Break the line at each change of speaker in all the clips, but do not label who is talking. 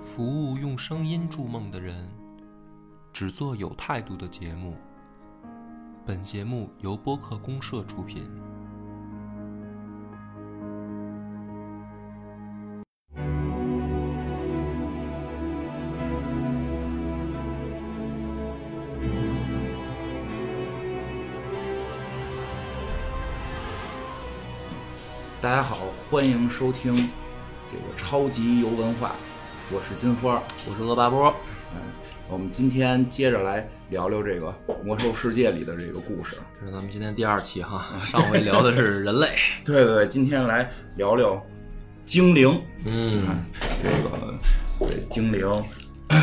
服务用声音筑梦的人，只做有态度的节目。本节目由播客公社出品。
大家好，欢迎收听这个超级游文化，我是金花。
我是恶霸波，
我们今天接着来聊聊这个魔兽世界里的这个故事。啊
这是咱们今天第二期 哈，上回聊的是人 类，
对对对，今天来聊聊精灵，
嗯，
这个对精灵，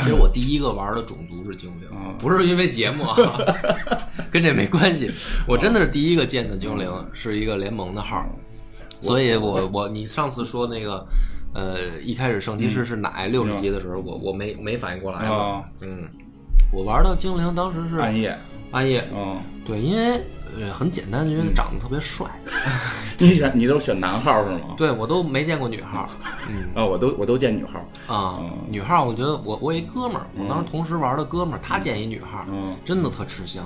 其实我第一个玩的种族是精
嗯
灵，不是因为节 目啊，跟这没关系，我真的是第一个见的精灵，是一个联盟的号，所以嗯我我你上次说那个，呃，一开始圣骑士是奶六十级的时候，我我没没反应过来
啊，
嗯，我玩到精灵当时是
暗夜，
暗夜，
嗯，
对，因为呃很简单，因为长得特别帅，
你选你都选男号是吗？
对我都没见过女号，嗯。
啊，我都我都见女号，
啊、
嗯
女号，我觉得我我一哥们儿，我当时同时玩的哥们儿，他见一女号，
嗯
真的特吃香，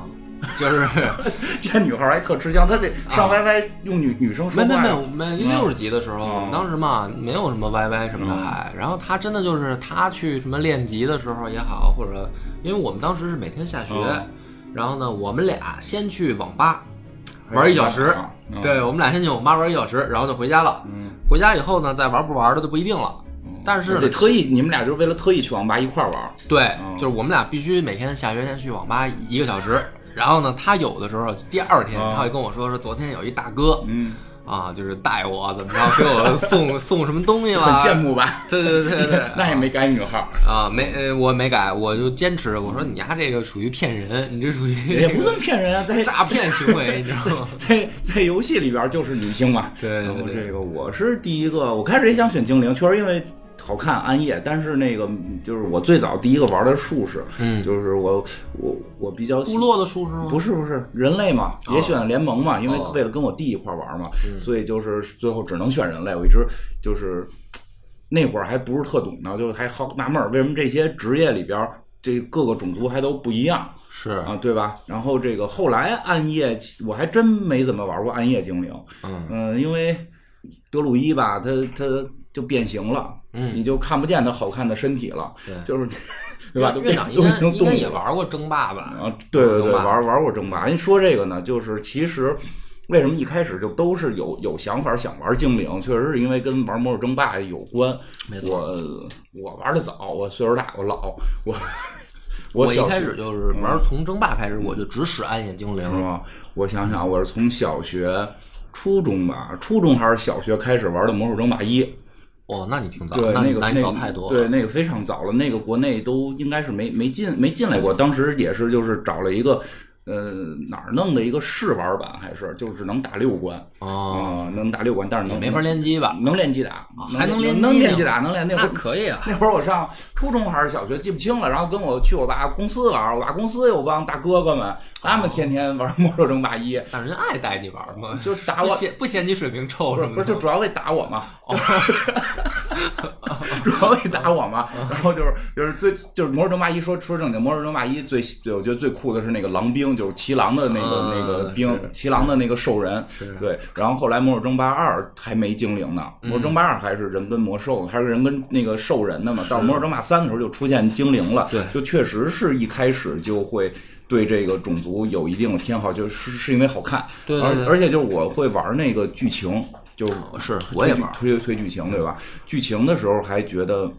就是
见女号还特吃香，他得上 YY 用女女生
没
说
没
话，
没，我们六十级的时候，
嗯
我们当时嘛没有什么 YY 什么的还，然后他真的就是他去什么练级的时候也好，或者因为我们当时是每天下学，
嗯
然后呢，我们俩先去网吧
还有
玩一小时
网吧，嗯
对我们俩先去网吧玩一小时，然后就回家了，
嗯，
回家以后呢，再玩不玩的就不一定了，但是呢
得特意，你们俩就是为了特意去网吧一块儿玩，
对，
嗯
就是我们俩必须每天下学前去网吧一个小时。然后呢，他有的时候第二天
啊
他会跟我说说，昨天有一大哥
嗯，
啊，就是带我怎么着，给我送送什么东西了，
很羡。慕吧？
对对对对对，
那也没改女 号，
啊，没呃，我没改，我就坚持，我说你丫这个属于骗人，你这属于
也不算骗人啊，在？
诈骗行为，你知道吗
在在游戏里边就是女性嘛。
对
然
对
后
对，
哦这个我是第一个，我开始也想选精灵，确实因为好看暗夜，但是那个就是我最早第一个玩的术士，
嗯
就是我我我比较喜
部落的术士吗？
不是不是人类嘛，也选联盟嘛，因为
哦嗯
为了跟我弟一块玩嘛，所以就是最后只能选人类。我一直就是那会儿还不是特懂呢，就还好纳闷儿为什么这些职业里边儿这各个种族还都不一样。
是，
啊，对吧？然后这个后来暗夜，我还真没怎么玩过暗夜精灵。
嗯
嗯，因为德鲁伊吧，他他就变形了，
嗯，
你就看不见他好看的身体了，
对
就是对吧？都
院
变
长
都
应
变
该
成
应
动
该
物
也
了
玩过争霸吧？
啊，对对
争
对，
霸
玩玩过争霸。您哎说这个呢，就是其实为什么一开始就都是有有想法想玩精灵，确实是因为跟玩魔兽争霸有关。
没错
我我玩的早，我岁数大，我老， 我
我一
小
开
学嗯
始就是玩儿从争霸开始，我就只使暗夜精灵。
是吗？我想想，我是从小学、初中吧，初中还是小学开始玩的《魔兽争霸一》，
哦，那你挺早，
对，
那你
个
那
那
你
个
早太多了。
对，那个非常早了，那个国内都应该是没没进没进来过，当时也是就是找了一个。呃，哪儿弄的一个试玩版，还是就是只能打六关
哦，
啊、能打六关，但是能
没法联机吧？
能练级打，
还能
能
联机
能练
呢
级打，能练那会
那
儿
可以啊，
那会儿我上初中还是小学，记不清了。然后跟我去我爸公司玩，我爸公司有帮大哥哥们，他
哦
们天天玩《魔兽争霸一》，
但人爱带你玩儿吗？
就打
不
我，
嫌不嫌你水平臭
不
什
是
么哦
不
的？
是，就主要为打我嘛， 主要为打我嘛。然后就是就是最就是《魔兽争霸一》说说正经，《魔兽争霸一》最最我觉得最酷的是那个狼兵，就是骑狼的那个
啊
那个
是
兵，骑狼的那个兽人。对，然后后来《魔兽争霸二》还没精灵呢，
嗯
《魔兽争霸二》还是人跟魔兽，还是人跟那个兽人的嘛。到《魔兽争霸三》的时候就出现精灵了，
对
就确实是一开始就会。对这个种族有一定的偏好，就是是因为好看，
对对对哦
而而且就是我会玩那个剧情，就是
是我也玩嗯儿
推推剧情对吧？剧情的时候还觉得，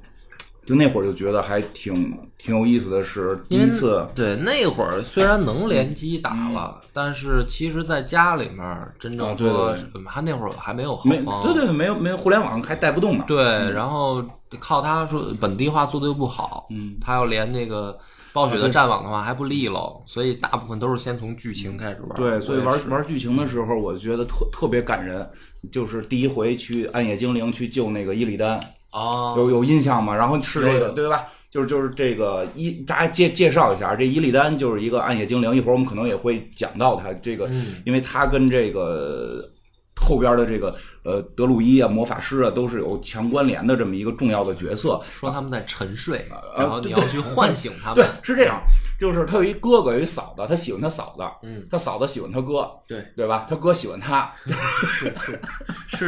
就那会儿就觉得还挺挺有意思的是，第一次
对，那会儿虽然能联机打了，但是其实在家里面儿真
嗯啊
正
对
说
对，
嗯还那会儿还没有后
没
方，
对对对没有没有互联网还带不动呢。
哦对，然后靠他说本地化做的又不好，
嗯，
他要连那个暴雪的战网的话还不利落，所以大部分都是先从剧情开始玩。
对，所以
我也
玩
是
玩剧情的时候，我觉得特特别感人，就是第一回去暗夜精灵去救那个伊利丹，
哦，
有有印象吗？然后啊是这
有
个
有
对吧？就是就是这个伊，大家介介绍一下，这伊利丹就是嗯一个暗夜精灵，一会儿我们可能也会讲到他这个，因为他跟这个。后边的这个呃德鲁伊啊、魔法师啊，都是有强关联的这么一个重要的角色。
说他们在沉睡，然后你要去唤醒他
呃对
们。，
是这样，就是他有一哥哥，有一嫂子，他喜欢他嫂子，嗯，他嫂子喜欢他哥，
对
对吧？他哥喜欢他，
是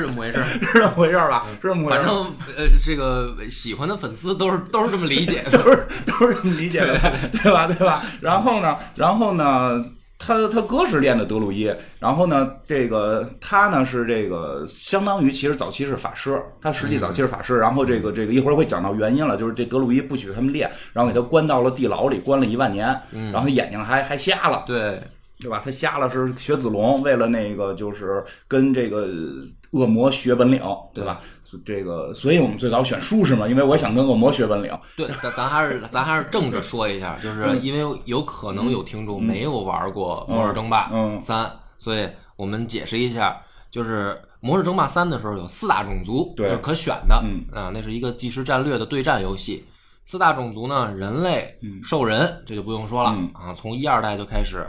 这么 回事儿。
是这么回事儿吧？是这么回
嗯反
事儿吧，
正呃，这个喜欢的粉丝都是都是这么理解的。
都是都是这么理解的，对吧？对吧？然后呢，然后呢，他他哥是练的德鲁伊，然后呢，这个他呢是这个相当于其实早期是法师，他实际早期是法师，然后这个这个一会儿会讲到原因了，就是这德鲁伊不许他们练，然后给他关到了地牢里，关了一万年，
嗯
然后眼睛还还瞎了，
对，
对吧？他瞎了是学子龙，为了那个就是跟这个恶魔学本领，对吧？这个，所以我们最早选术士嘛，因为我想跟恶魔学本领。
对，咱咱还是咱还是正着说一下，就是
嗯
因为有可能有听众没有玩过《魔兽争霸
嗯
三》，所以我们解释一下，就是《魔兽争霸三》的时候有四大种族
对
就是可选的，
嗯
啊，那是一个即时战略的对战游戏。四大种族呢，人类、兽人，这就不用说了、
嗯
啊，从一二代就开始，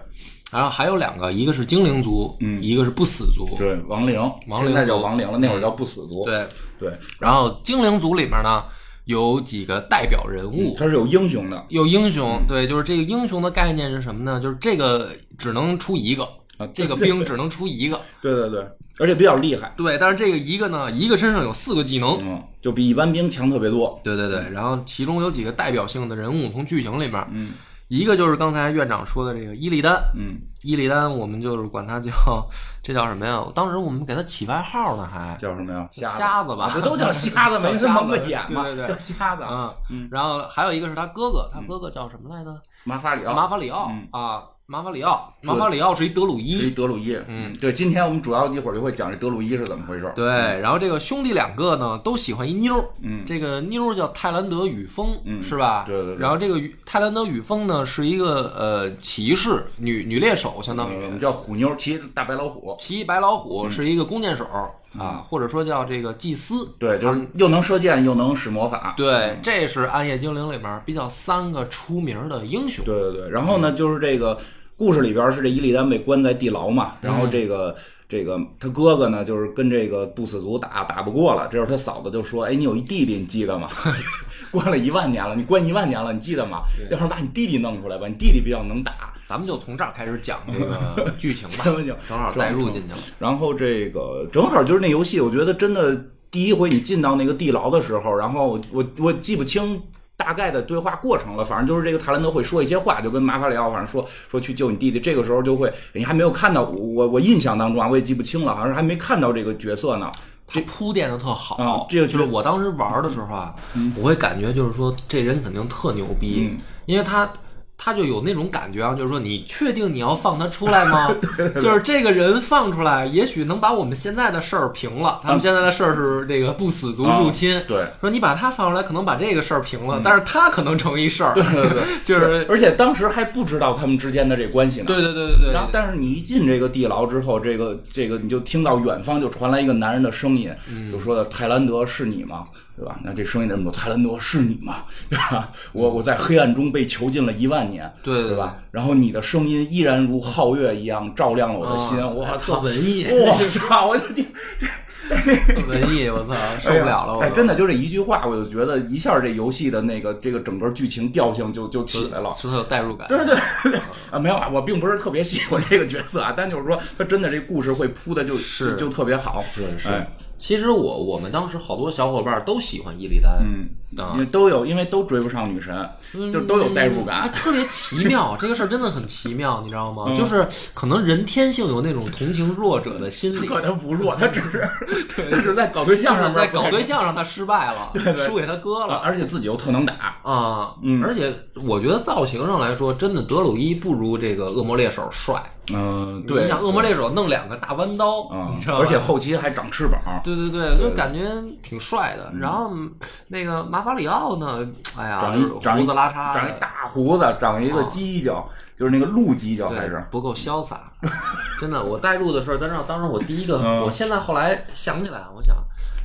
然后还有两个，一个是精灵族，
嗯
一个是不死族，
对，亡灵，
亡灵
现在叫
族
亡灵了，那会儿叫不死族。
对。
对，
然后精灵族里面呢，有几个代表人物，
他是有英雄的
有英雄，对，就是这个英雄的概念是什么呢？就是这个只能出一 个，
啊，
这个兵只能出一个，
对对对，而且比较厉害，
对。但是这个一个呢，一个身上有四个技能，
嗯，就比一般兵强特别多。
对对对。然后其中有几个代表性的人物，从剧情里面，
嗯
一个就是刚才院长说的这个伊利丹，
嗯，
伊利丹我们就是管他叫 这叫什么呀？当时我们给他起外号呢，还
叫什么呀？瞎
瞎子吧
啊这都叫瞎子嘛，
叫瞎
因
子
为蒙个眼嘛，
对对对
叫瞎子。
啊
嗯，
然后还有一个是他哥哥，他哥哥叫什么来着？
马法里奥，
马法里奥
嗯
啊，马法里奥，马法里奥是一德鲁
是一
伊，
德鲁伊。嗯，对，今天我们主要一会儿就会讲这德鲁伊是怎么回事。，
对，然后这个兄弟两个呢都喜欢一妞儿，
嗯
这个妞儿叫泰兰德雨枫，
嗯
是吧？
对对对
然后这个雨泰兰德雨枫呢是一个呃骑士，女女猎手，相当于
我们叫虎妞骑大白老虎。
骑一白老虎
嗯
是一个弓箭手啊，或者说叫这个祭司。
对，嗯就是又能射箭又能使魔法。
对，这是《暗夜精灵》里面比较三个出名的英雄。
对对对，嗯然后呢，就是这个故事里边是这伊利丹被关在地牢嘛，然后这个。这个他哥哥呢，就是跟这个不死族打，打不过了。这时候他嫂子就说：“哎，你有一弟弟，你记 得吗？关了一万年了，你关一万年了，你记得吗？要不然把你弟弟弄出来吧，你弟弟比较能打。
咱们就从这儿开始讲这 个剧情吧，
真不行
正好带入进去了。
然后这个正好就是那游戏，我觉得真的第一回你进到那个地牢的时候，然后我我我记不清。大概的对话过程了，反正就是这个塔兰德会说一些话，就跟马法里奥，反正说说去救你弟弟。这个时候就会，你还没有看到我，我印象当中啊，我也记不清了，好像是还没看到这个角色呢。
他铺垫的特好，
啊这个
就
就是
我当时玩的时候啊，
嗯
我会感觉就是说这人肯定特牛逼，因为他他就有那种感觉啊，就是说你确定你要放他出来 吗？就是这个人放出来，也许能把我们现在的事儿平了。他们现在的事儿是这个不死族入侵，
啊对嗯
说你把他放出来，可能把这个事儿平了，但是他可能成一事儿， 就是
而且当时还不知道他们之间的这关系呢。
对对对对对，
然后，但是你一进这个地牢之后，这个这个你就听到远方就传来一个男人的声音，
嗯
就说的泰兰德是你吗？对吧？那这声音怎么说？泰兰德是你吗？ 对吧？我我在黑暗中被囚禁了一万年，
嗯对对嗯
对吧？然后你的声音依然如皓月一样照亮了我的心。
啊
我
哎
操，
特文艺
我操，我就听
文艺， 我操， 受不了了，我
哎，真的就这一句话，我就觉得一下这游戏的那个这个整个剧情调性就就起来了。
是特有代入感，
对对对啊，没有啊，我并不是特别喜欢这个角色啊，但就是说他真的这故事会铺的就是就就特别好，是
是
哎，
其实我我们当时好多小伙伴都喜欢伊利丹，嗯啊
因，为都有，因为都追不上女神，就都有代入
啊，
感。
特别奇妙，这个事儿真的很奇妙，你知道
嗯
吗？就是可能人天性有那种同情弱者的心理，
可他不弱，他只是他只是在搞对象
就
上
是嗯
面
在
不太
搞对象上他失败了，输给他哥
啊
了。
而且自己又特能打，
啊，
嗯
而且我觉得造型上来说，真的德鲁伊不如这个恶魔猎手帅。
嗯，
你
对，
想，恶魔猎手弄两个大弯刀，
嗯
你知道吧？
而且后期还长翅膀，
对对对，就感觉挺帅的。然后嗯那个马法里奥呢，哎呀，
长一长一
胡子拉碴的，
长一大胡子，长一个犄角，就是那个鹿犄角
啊对，
还是，
不够潇洒。真的，我带入的时候，但是当时我第一个，
嗯
我现在后来想起来，我想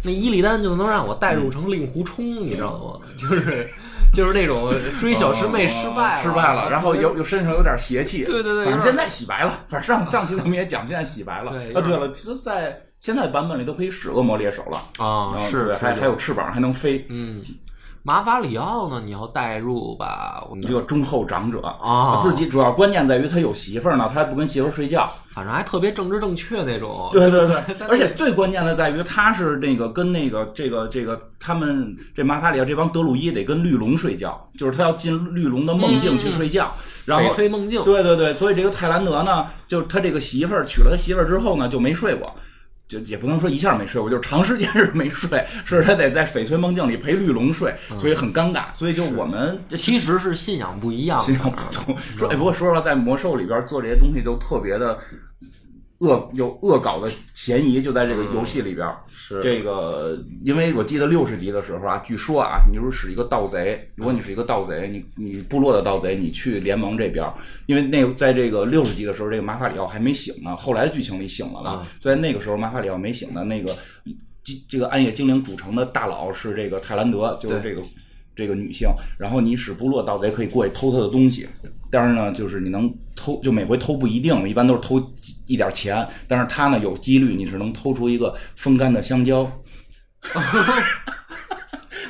那伊利丹就能让我带
嗯
入成令狐冲，你知道吗？ 就是就是那种追小师妹失败了，
哦失败了，然后有有身上有点邪气，
对对对有
反
点
正现在洗白了，反正上上期咱们也讲，现在洗白了。
对有
啊，
点
对了，是在现在版本里都可以使恶魔猎手了，
啊
然，后
是
哦对还
是
还有翅膀，还能飞，
嗯，马法里奥呢？你要代入吧，我
一个忠厚长者
嗯啊
自己主要关键在于他有媳妇儿呢，他还不跟媳妇儿睡 觉。
反正还特别政治正确那种。
对对对
在，那
而且最关键的在于他是那个跟那个这个这个他们这马卡里奥这帮德鲁伊得跟绿龙睡觉，就是他要进绿龙的梦境去睡觉，然
嗯翡
后。
翠梦境，
对对对，所以这个泰兰德呢，就是他这个媳妇儿娶了他媳妇儿之后呢，就没睡过，就也不能说一下没睡过，就是长时间是没睡， 是他得在翡翠梦境里陪绿龙睡，所以很尴尬。所以就我们这
其实是信仰不一样
信仰不通。说，哎，不过说实话，在魔兽里边做这些东西就特别的恶，有恶搞的嫌疑，就在这个游戏里边。
是
这个，因为我记得六十级的时候啊，据说啊，你如果是一个盗贼，如果你是一个盗贼，你你部落的盗贼，你去联盟这边，因为那个在这个六十级的时候，这个马法里奥还没醒呢，后来剧情里醒了嘛
啊，
所以那个时候马法里奥没醒呢，那个这这个暗夜精灵主城的大佬是这个泰兰德，就是这
对
个这个女性，然后你使部落盗贼可以过去偷她的东西。但是呢，就是你能偷，就每回偷不一定，一般都是偷一点钱。但是他呢，有几率你是能偷出一个风干的 香蕉，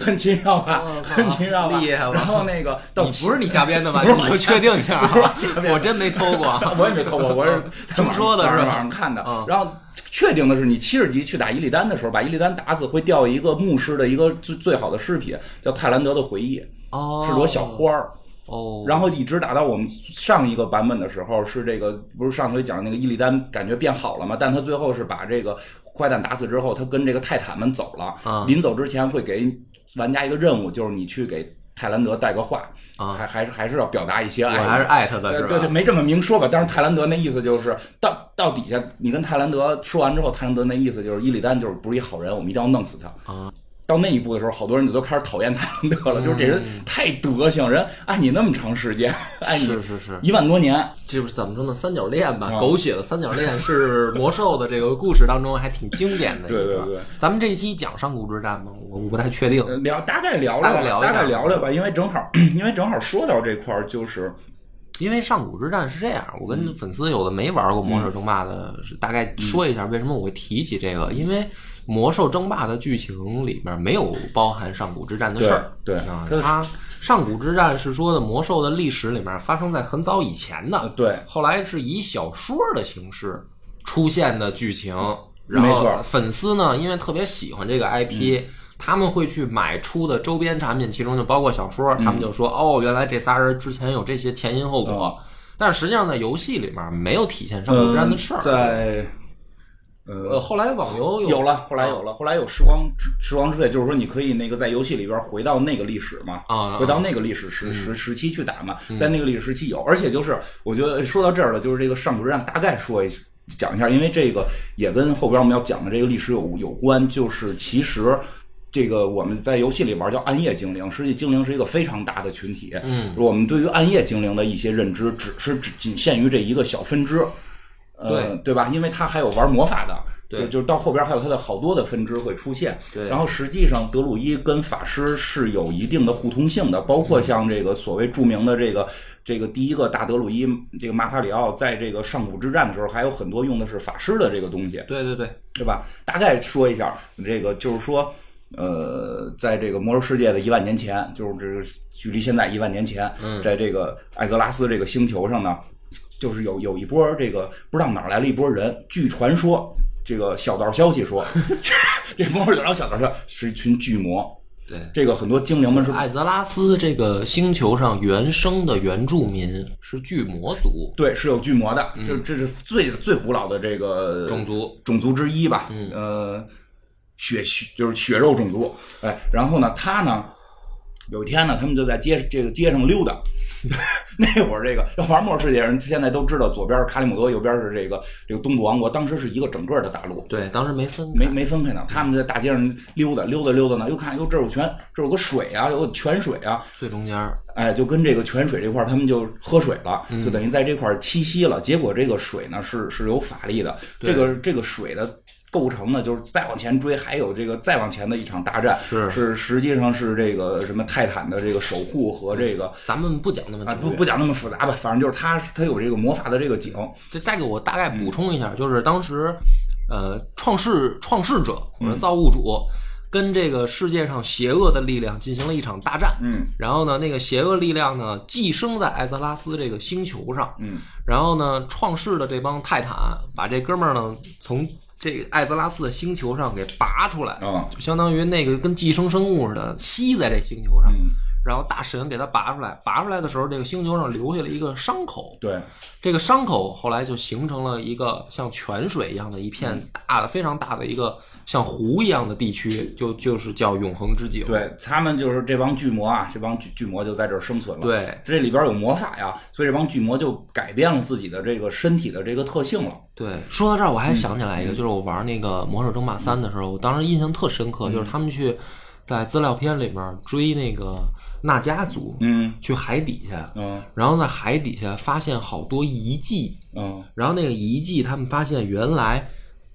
很奇妙吧？
我操
很奇妙吧？
厉害了
然后那个
你
到
不是你瞎编的吧？
不是我
你就确定一下啊
不是我瞎编的，
我真没偷过
我也没偷过，我是
嗯听说的是
网
吧
上网上看的
嗯。
然后确定的是，你七十级去打伊利丹的时候，把伊利丹打死，会掉一个牧师的一个最最好的饰品，叫泰兰德的回忆，
哦，
是朵小花儿。
哦，
然后一直打到我们上一个版本的时候，是这个不是上回讲那个伊利丹感觉变好了嘛？但他最后是把这个坏蛋打死之后，他跟这个泰坦们走了。
啊
临走之前会给玩家一个任务，就是你去给泰兰德带个话，
啊
还还是还是要表达一些
我
爱意。
还是爱他的是
呃对
吧？
对对，没这么明说吧。但是泰兰德那意思就是到到底下，你跟泰兰德说完之后，泰兰德那意思就是伊利丹就是不是一好人，我们一定要弄死他。
啊，
到那一步的时候，好多人就都开始讨厌泰兰德了，就是这人太德行，人爱你那么长时间，爱你
嗯是是是，
一万多年，
这不是怎么说呢？三角恋吧
啊，
狗血的三角恋是魔兽的这个故事当中还挺经典的一
对
个。
对对
咱们这一期讲上古之战吗？我我不太确定。
呃聊大概聊
大概聊
聊
一
吧大
下嗯
概聊聊吧，因为正好因为正好说到这块儿，就是
因为上古之战是这样，我
嗯
跟粉丝有的没玩过魔兽争霸的，是大概说一下为什么我会提起这个，因为魔兽争霸的剧情里面没有包含上古之战的
对
事儿。
对，
啊，
他
它上古之战是说的魔兽的历史里面发生在很早以前的，
啊对
后来是以小说的形式出现的剧情，
嗯
然
没错
后粉丝呢，因为特别喜欢这个 IP，、他
嗯
们会去买出的周边产品，其中就包括小说，他们就
嗯
说、哦，原来这仨人之前有这些前因后
哦
果，但实际上在游戏里面没有体现上古之战的事儿。
嗯在
呃，后来网游
有了，后
啊
来有了，后来有时光之时光之泪，就是说你可以那个在游戏里边回到那个历史嘛，
啊啊
回到那个历史时时时期去打嘛，在那个历史时期有，而且就是我觉得说到这儿了，就是这个上古之战大概说一讲一下，因为这个也跟后边我们要讲的这个历史有有关，就是其实。这个我们在游戏里玩叫暗夜精灵，实际精灵是一个非常大的群体。嗯，我们对于暗夜精灵的一些认知，只是只仅限于这一个小分支。呃，对吧？因为它还有玩魔法的，
对
就就是到后边还有它的好多的分支会出现。
对
然后实际上德鲁伊跟法师是有一定的互通性的，包括像这个所谓著名的这个这个第一个大德鲁伊这个马塔里奥，在这个上古之战的时候，还有很多用的是法师的这个东西。
对对对，
对吧？大概说一下，这个就是说，呃，在这个魔兽世界的一万年前，就是这个距离现在一万年前，在这个艾泽拉斯这个星球上呢，就是有有一波这个不知道哪儿来了一波人，据传说，这个小道消息说， 这魔兽有条小道消息是一群巨魔，
对
这个很多精灵们是
艾泽拉斯这个星球上原生的原住民是巨魔族
对，是有巨魔的，这这是最最古老的这个
嗯种族，
种族之一吧，嗯，呃，血血就是血肉种族，哎，然后呢，他呢，有一天呢，他们就在街这个街上溜达， 那会儿这个要玩末世界人现在都知道，左边是卡里姆多，右边是这个这个东古王国，当时是一个整个的大陆，
对，当时没分开
没没分开呢，他们在大街上溜达溜达溜达呢，又看哟这儿有泉，这儿有个水啊，有个泉水啊，
最中间儿
哎，就跟这个泉水这块儿，他们就喝水了，就等于在这块儿栖息了。结果这个水呢是是有法力的，这
对
个这个水的构成呢，就是再往前追，还有这个再往前的一场大战，
是
是实际上是这个什么泰坦的这个守护和这个。
咱们不讲那么
啊，
久
不
远
不讲那么复杂吧，反正就是他，他有这个魔法的这个井，嗯
这再给我大概补充一下，就是当时呃创世创世者或
嗯
者造物主跟这个世界上邪恶的力量进行了一场大战。
嗯
然后呢，那个邪恶力量呢寄生在艾泽拉斯这个星球上，
嗯
然后呢，创世的这帮泰坦把这哥们儿呢从这个艾泽拉斯的星球上给拔出来，
啊
就相当于那个跟寄生生物似的吸在这星球上，
嗯，
然后大神给他拔出来，拔出来的时候，这个星球上留下了一个伤口，
对，
这个伤口后来就形成了一个像泉水一样的一
嗯
片大的、非常大的一个像湖一样的地区，就就是叫永恒之井。
对他们就是这帮巨魔啊，这帮巨巨魔就在这儿生存了。，
对
这里边有魔法呀，所以这帮巨魔就改变了自己的这个身体的这个特性了。
对，说到这儿，我还
嗯
想起来一个，就是我玩那个《魔兽争霸三》的时候，我当时印象特深刻，
嗯
就是他们去在资料片里面追那个纳迦族，
嗯
去海底下，
嗯
然后在海底下发现好多遗迹，
嗯，
然后那个遗迹他们发现原来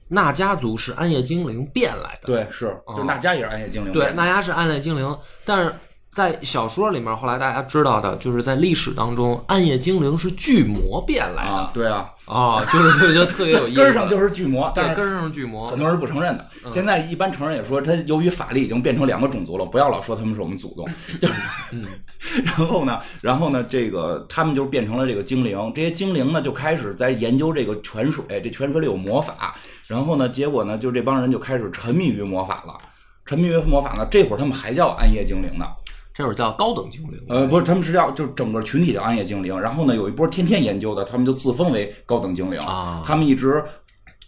纳迦族是暗夜精灵变来的，
对，是，就大家也是暗夜精灵。
哦对，纳迦是暗夜精灵，但是在小说里面，后来大家知道的就是在历史当中，暗夜精灵是巨魔变来的
啊，对啊，
哦，就是就就特别有意思，
根儿上就是巨魔，但
对，
是
根儿上是巨魔
很。多人不承认的。现在一般承认也说，他由于法力已经变成两个种族了，不要老说他们是我们祖宗。就是， 然后呢，然后呢，这个他们就变成了这个精灵，这些精灵呢就开始在研究这个泉水，这泉水里有魔法。然后呢，结果呢，就这帮人就开始沉迷于魔法了。沉迷于魔法呢，这会儿他们还叫暗夜精灵呢，
这会儿叫高等精灵。
呃，不是，他们是叫就是整个群体叫暗夜精灵，然后呢，有一波天天研究的，他们就自封为高等精灵
啊
他们一直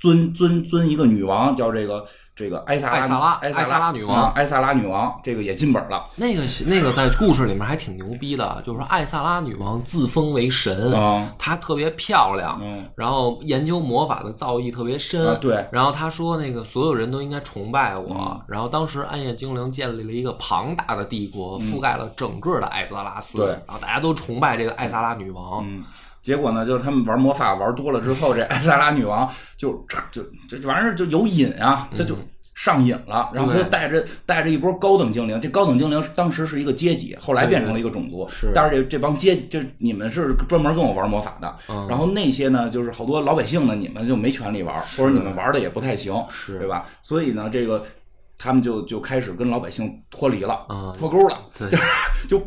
尊尊尊一个女王，叫这个这个埃萨拉
艾萨拉
埃
艾萨
拉
拉女王
啊埃萨拉女王，这个也进本了
那个那个在故事里面还挺牛逼的，就是说艾萨拉女王自封为神，
啊，
她特别漂亮，
嗯
然后研究魔法的造诣特别深。
啊，对，
然后她说那个所有人都应该崇拜我。
嗯
然后当时暗夜精灵建立了一个庞大的帝国，覆盖了整个的艾泽拉斯。
嗯对
然后大家都崇拜这个艾萨拉女王。
嗯。结果呢，就是他们玩魔法玩多了之后，这埃萨拉女王就就就这玩意儿就有瘾啊，这就上瘾了。然后他就
嗯对
带着带着一波高等精灵，这高等精灵是当时是一个阶级，后来
对
变
对
成了一个种族。
是
但是这这帮阶级，就是你们是专门跟我玩魔法的，
嗯
然后那些呢，就是好多老百姓呢，你们就没权利玩，或者你们玩的也不太行，
是
对吧？所以呢，这个他们就就开始跟老百姓脱离了，
啊
脱钩了，
对，
就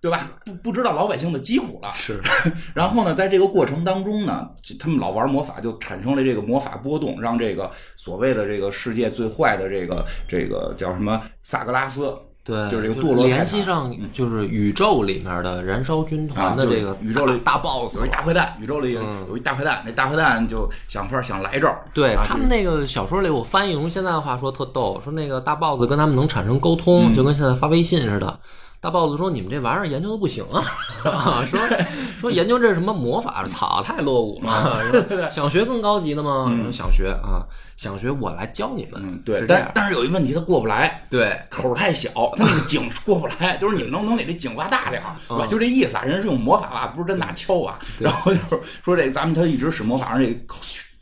对吧？不不知道老百姓的疾苦了。
是
然后呢，在这个过程当中呢，这他们老玩魔法，就产生了这个魔法波动，让这个所谓的这个世界最坏的这个这个叫什么萨格拉斯，
对，
就是这个堕落
联
太
系
太
上就是宇宙里面的燃烧军
啊
团的
就是
这个
宇宙里
大大 boss
有一大坏蛋，宇宙里有
嗯
有一大坏蛋，那大坏蛋就想法儿想来这儿，
对
啊
他们那个小说里，我翻译用现在的话说特逗，说那个大豹子跟他们能产生沟通，
嗯
就跟现在发微信似的。大豹子说：“你们这玩意儿研究的不行啊， 啊说说研究这什么魔法，操，太落伍
啊
了。说想学更高级的吗？说想学啊，想学我来教你们。
嗯，对
是，这
但
样。
但是有一问题，他过不来，
对，
口儿太小，他那个井过不来，就是你们能不能给这井挖大点儿，对吧？就这意思啊，人是用魔法挖，不是真拿锹挖。然后就是说这咱们他一直使魔法让这个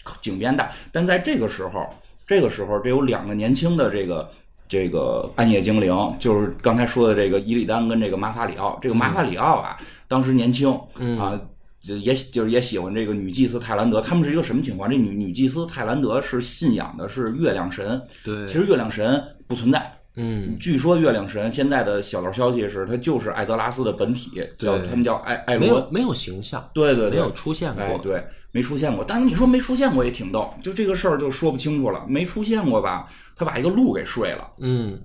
口井变大，但在这个时候，这个时候这有两个年轻的这个。这个暗夜精灵就是刚才说的这个伊利丹跟这个马法里奥，这个马法里奥啊，当时年轻、
嗯
啊，就也就是也喜欢这个女祭司泰兰德，他们是一个什么情况？这女女祭司泰兰德是信仰的是月亮神，
对
其实月亮神不存在，
嗯，
据说月亮神现在的小道消息是，他就是艾泽拉斯的本体，叫
对
他们叫艾艾
没
罗
有，没有形象，
对哎对
没
对，
有出现
哎
过。
对，没出现过。但是你说没出现过也挺逗，就这个事儿就说不清楚了。没出现过吧，他把一个鹿给睡了，
嗯，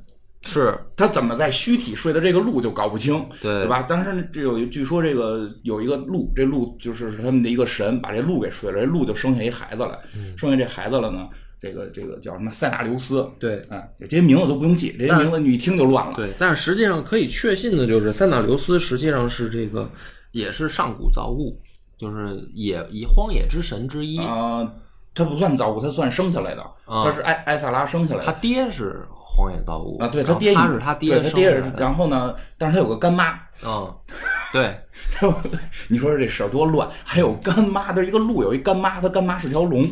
是
他怎么在虚体睡的这个鹿就搞不清，
对
对吧？当时这有一据说这个有一个鹿，这鹿就是他们的一个神，把这鹿给睡了，这鹿就生下一孩子来，
嗯
生下这孩子了呢，这个这个叫什么塞纳留斯。
对
哎，这些名字都不用记，这些
但是
名字你一听就乱了。
对，但是实际上可以确信的就是，三岛留斯实际上是这个也是上古造物，就是野以荒野之神之一。
啊、他不算造物，他算生下来的，
啊
他是埃埃萨拉生下来
他
的。
爹是荒野造物
啊，对
他
爹，
他是他
对
爹
他
生
爹是
下来，的。
然后呢，但是他有个干妈，
嗯，对，
你说这事儿多乱，还有干妈，这一个鹿有一干妈，他干妈是 条龙，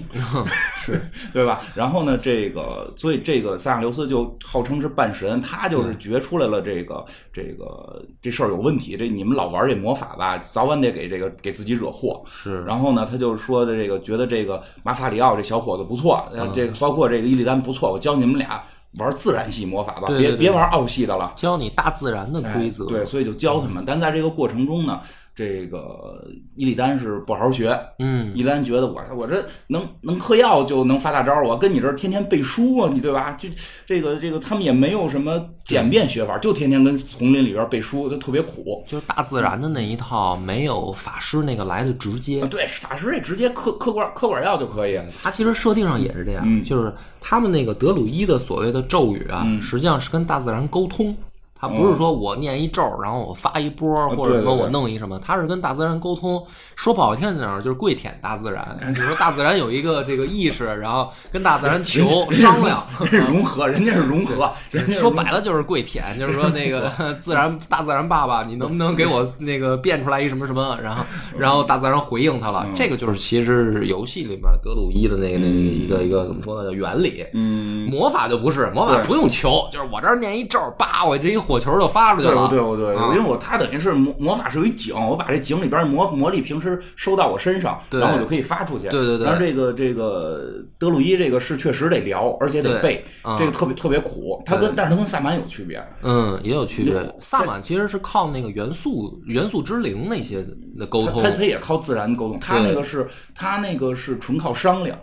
是 对吧？然后呢，这个所以这个萨克琉斯就号称是半神，他就是觉出来了这个这个这事儿有问题，这你们老玩这魔法吧，早晚得给这个给自己惹祸。
是
然后呢，他就说的这个觉得这个马法里奥这小伙子不错，
嗯
呃这个包括这个伊利丹不错，我教你们俩玩自然系魔法吧，
对对对
别别玩奥系的了。
教你大自然的
哎
规则。
对，所以就教他们。
嗯
但在这个过程中呢，这个伊利丹是不好好学，
嗯，
伊利丹觉得我我这能能嗑药就能发大招，我跟你这儿天天背书啊，你对吧？就这个这个他们也没有什么简便学法，就天天跟丛林里边背书，就特别苦。
就是大自然的那一套，没有法师那个来的直接
啊。对，法师也直接嗑嗑管嗑管药就可以。
它其实设定上也是这样，
嗯
就是他们那个德鲁伊的所谓的咒语啊，
嗯
实际上是跟大自然沟通。它不是说我念一咒，然后我发一波，或者
哦对
什
对
么
对
我弄一什么，它是跟大自然沟通。说不好听点儿，就是跪舔大自 然。你说大自然有一个这个意识，然后跟大自然 求商量。
人家是融合，人家是融合，人家是
说
融
白了哦就是跪舔，就是说那 个自然大自然爸爸，你能不能给我那个变出来一什么什么？然后
嗯
然后大自然回应他了，这个就是其实是游戏里面德鲁伊的那个那个一个一个怎么说呢原理。
嗯，
魔法就不是魔法，
对
不用求，就是我这儿念一咒，叭，我这一火球就发出去了。
对对对
啊
对，因为我它等于是魔魔法是有一井，我把这井里边魔魔力平时收到我身上，
对
然后我就可以发出去。
对对对
但是这个这个德鲁伊这个是确实得聊，而且得
对
背，
啊
这个特别特别苦。它跟但是它跟萨满有区别。
嗯，也有区别
对。
萨满其实是靠那个元素元素之灵那些的沟
它
通
它，它也靠自然沟通，它
对
那个是它那个是纯靠商量。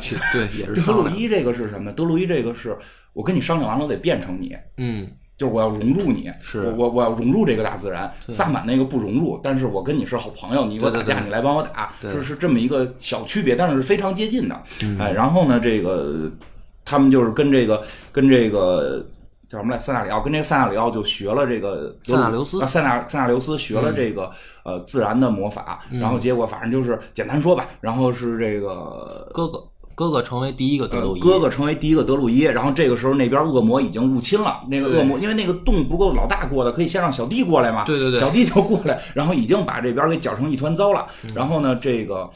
去对也是
德
商
鲁
量。
伊这个是什么呢？德鲁伊这个是我跟你商量完了，我得变成你，
嗯，
就是我要融入你，
是
我我我要融入这个大自然。萨满那个不融入，但是我跟你是好朋友，你给我
对
打
对对
架，你来帮我打，
对嗯
这是这么一个小区别，但是是非常接近的。哎，然后呢，这个他们就是跟这个跟这个。叫什么来？塞纳里奥跟这个塞纳里奥就学了这个
塞纳留斯嗯
啊，塞纳塞纳留斯学了这个、呃自然的魔法，然后结果反正就是简单说吧，然后是这个
哥哥哥哥成为第一个德
呃
鲁伊，
哥哥成为第一个德鲁伊，然后这个时候那边恶魔已经入侵了。那个恶魔因为那个洞不够老大过的，可以先让小弟过来嘛。
对对对
小弟就过来，然后已经把这边给搅成一团糟了。
嗯
然后呢，这个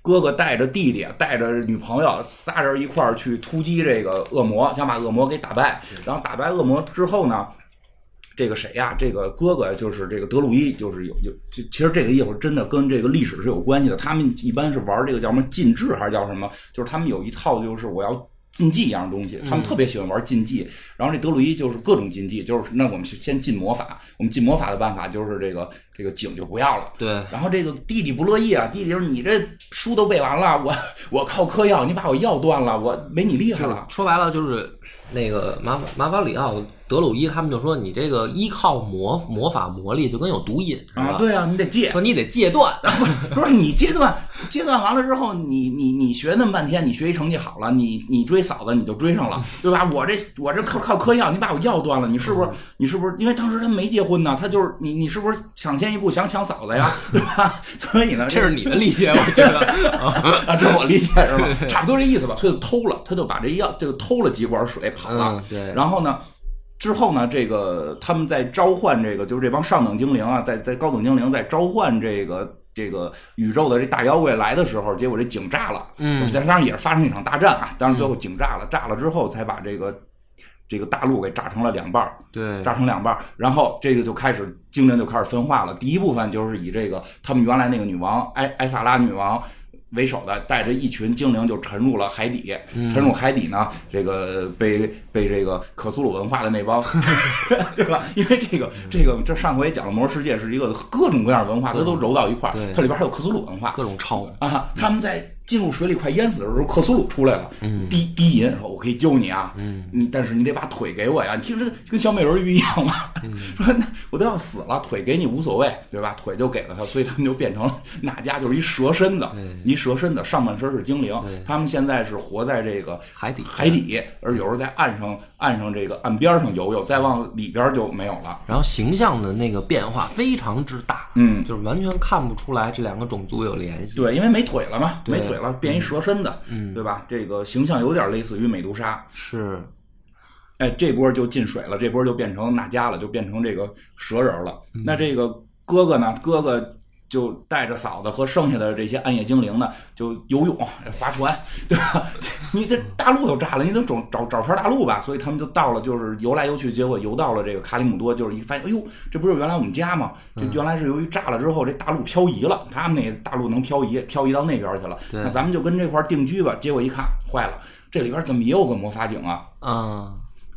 哥哥带着弟弟，带着女朋友，仨人一块儿去突击这个恶魔，想把恶魔给打败。然后打败恶魔之后呢？这个谁呀、这个哥哥就是这个德鲁伊，就是有有，这其实这个一会儿真的跟这个历史是有关系的。他们一般是玩这个叫什么禁制还是叫什么？就是他们有一套就是我要禁忌一样东西，他们特别喜欢玩禁忌。然后这德鲁伊就是各种禁忌，就是那我们先禁魔法，我们禁魔法的办法就是这个这个井就不要了。
对
然后这个弟弟不乐意啊，弟弟说：“你这书都背完了，我我靠嗑药，你把我药断了，我没你厉害了。”啊
说白了就是那个马马法里奥、德鲁伊他们就说你这个依靠魔魔法魔力就跟有毒瘾似的，
啊，对啊啊，你得戒，
说你得戒断。
不是你阶段阶段完了之后，你你你学那么半天，你学习成绩好了，你你追嫂子你就追上了，对吧？我这我这靠靠嗑药，你把我药断了，你是不是你是不是？因为当时他没结婚呢，他就是你你是不是抢先一步想抢嫂子呀， 对吧？所以呢，
这是你的理解，我觉 得嗯
啊，这我理解 是吧？差不多这意思吧。所以就偷了，他就把这药就偷了几管水跑了。
嗯对
然后呢，之后呢，这个他们在召唤这个，就是这帮上等精灵啊，在在高等精灵在召唤这个。这个宇宙的这大妖怪来的时候，结果这井炸了，
嗯
当然也是发生一场大战啊，当然最后井炸了，炸了之后才把这个这个大陆给炸成了两半儿，
对
炸成两半儿，然后这个就开始精灵就开始分化了。第一部分就是以这个他们原来那个女王埃埃萨拉女王为首的，带着一群精灵就沉入了海底。
嗯
沉入海底呢，这个被被这个可苏鲁文化的那 帮，对吧？因为这个
嗯
这个这上回也讲了，魔兽世界是一个各种各样的文化，它都揉到一块儿
对，
它里边还有克苏鲁文化
各种抄。
啊。他们在进入水里快淹死的时候，克苏鲁出来了，
嗯
低低吟说：“我可以救你啊，你但是你得把腿给我呀。”你听着跟小美人鱼一样吧？
嗯
说那我都要死了，腿给你无所谓，对吧？腿就给了他，所以他们就变成了哪家就是一蛇身子，一蛇身子，上半身是精灵，他们现在是活在这个
海底
海底，而有时候在岸上岸上这个岸边上游游，再往里边就没有了。
然后形象的那个变化非常之大，
嗯
就是完全看不出来这两个种族有联系。
对，因为没腿了嘛，
对
没腿了，变一蛇身子，对吧？这个形象有点类似于美杜莎，
是，
哎，这波就进水了，这波就变成纳迦了，就变成这个蛇人了。那这个哥哥呢，哥哥就带着嫂子和剩下的这些暗夜精灵呢，就游泳、划船，对吧？ 你这大陆都炸了，你得找找找片大陆吧。所以他们就到了，就是游来游去，结果游到了这个卡里姆多，就是一发现，哎呦，这不是原来我们家吗？这原来是由于炸了之后，这大陆漂移了，他们那大陆能漂移，漂移到那边去了。
对
那咱们就跟这块儿定居吧。结果一看，坏了，这里边怎么也有个魔法井啊？
嗯，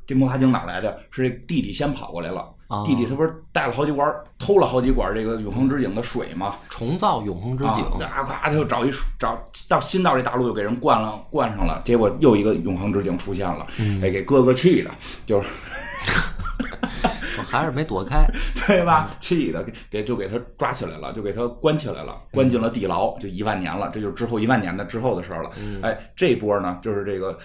这魔法井哪来的？是这弟弟先跑过来了。
啊
弟弟他不是带了好几管儿，偷了好几管儿这个永恒之井的水吗？
重造永恒之
啊，
井，
啊，咵，他又找一找到新到这大陆，又给人灌了灌上了，结果又一个永恒之井出现了，
嗯
哎，给哥哥气的，就是
我还是没躲开。
对吧？气嗯的给给就给他抓起来了，就给他关起来了，关进了地牢，就一万年了，这就是之后一万年的之后的事儿了。哎，这一波呢，就是这个。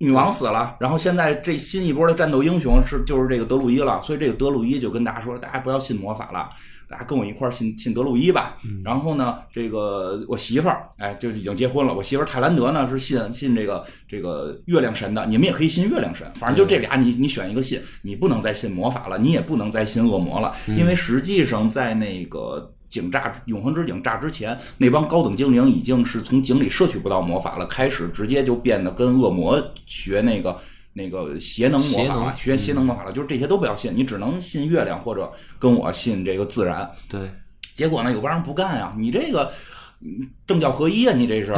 女王死了，然后现在这新一波的战斗英雄是就是这个德鲁伊了，所以这个德鲁伊就跟大家说，大家不要信魔法了，大家跟我一块儿信信德鲁伊吧。
嗯
然后呢，这个我媳妇儿，哎，就已经结婚了。我媳妇儿泰兰德呢是信信这个这个月亮神的，你们也可以信月亮神，反正就
嗯
这俩你，你选一个信，你不能再信魔法了，你也不能再信恶魔了，
嗯
因为实际上在那个。井炸永恒之井炸之前，那帮高等精灵已经是从井里摄取不到魔法了，开始直接就变得跟恶魔学那个那个邪能魔
邪
法了
能
学邪能魔法了，就是这些都不要信，你只能信月亮或者跟我信这个自然。
对，
结果呢，有帮人不干呀，你这个嗯政教合一啊，你这 是，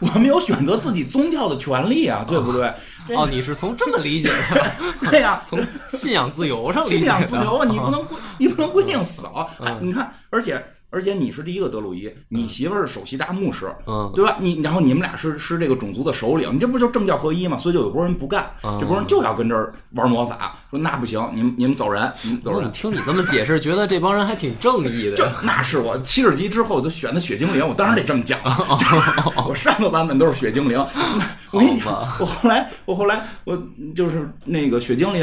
我们有选择自己宗教的权利啊，对不对？这
哦，你是从这么理解的，
对呀、
从信仰自由上理解的。
信仰自由啊，你不能规你不能规定死啊！
嗯
哎你看，而且而且你是第一个德鲁伊，你媳妇儿是首席大牧师，
嗯
对吧？你然后你们俩是是这个种族的首领，你这不就政教合一嘛？所以就有波人不干，
嗯
这波人就要跟这儿玩魔法，说那不行，你们你们走人，你们走
不是
人
你。听你这么解 释，觉得这帮人还挺正义
这
的。
那是我七十级之后就选的雪精灵，我当然得这么讲。就是我上个版本都是雪 精灵，我跟你讲
好吧，
我后来我后来我就是那个雪精灵，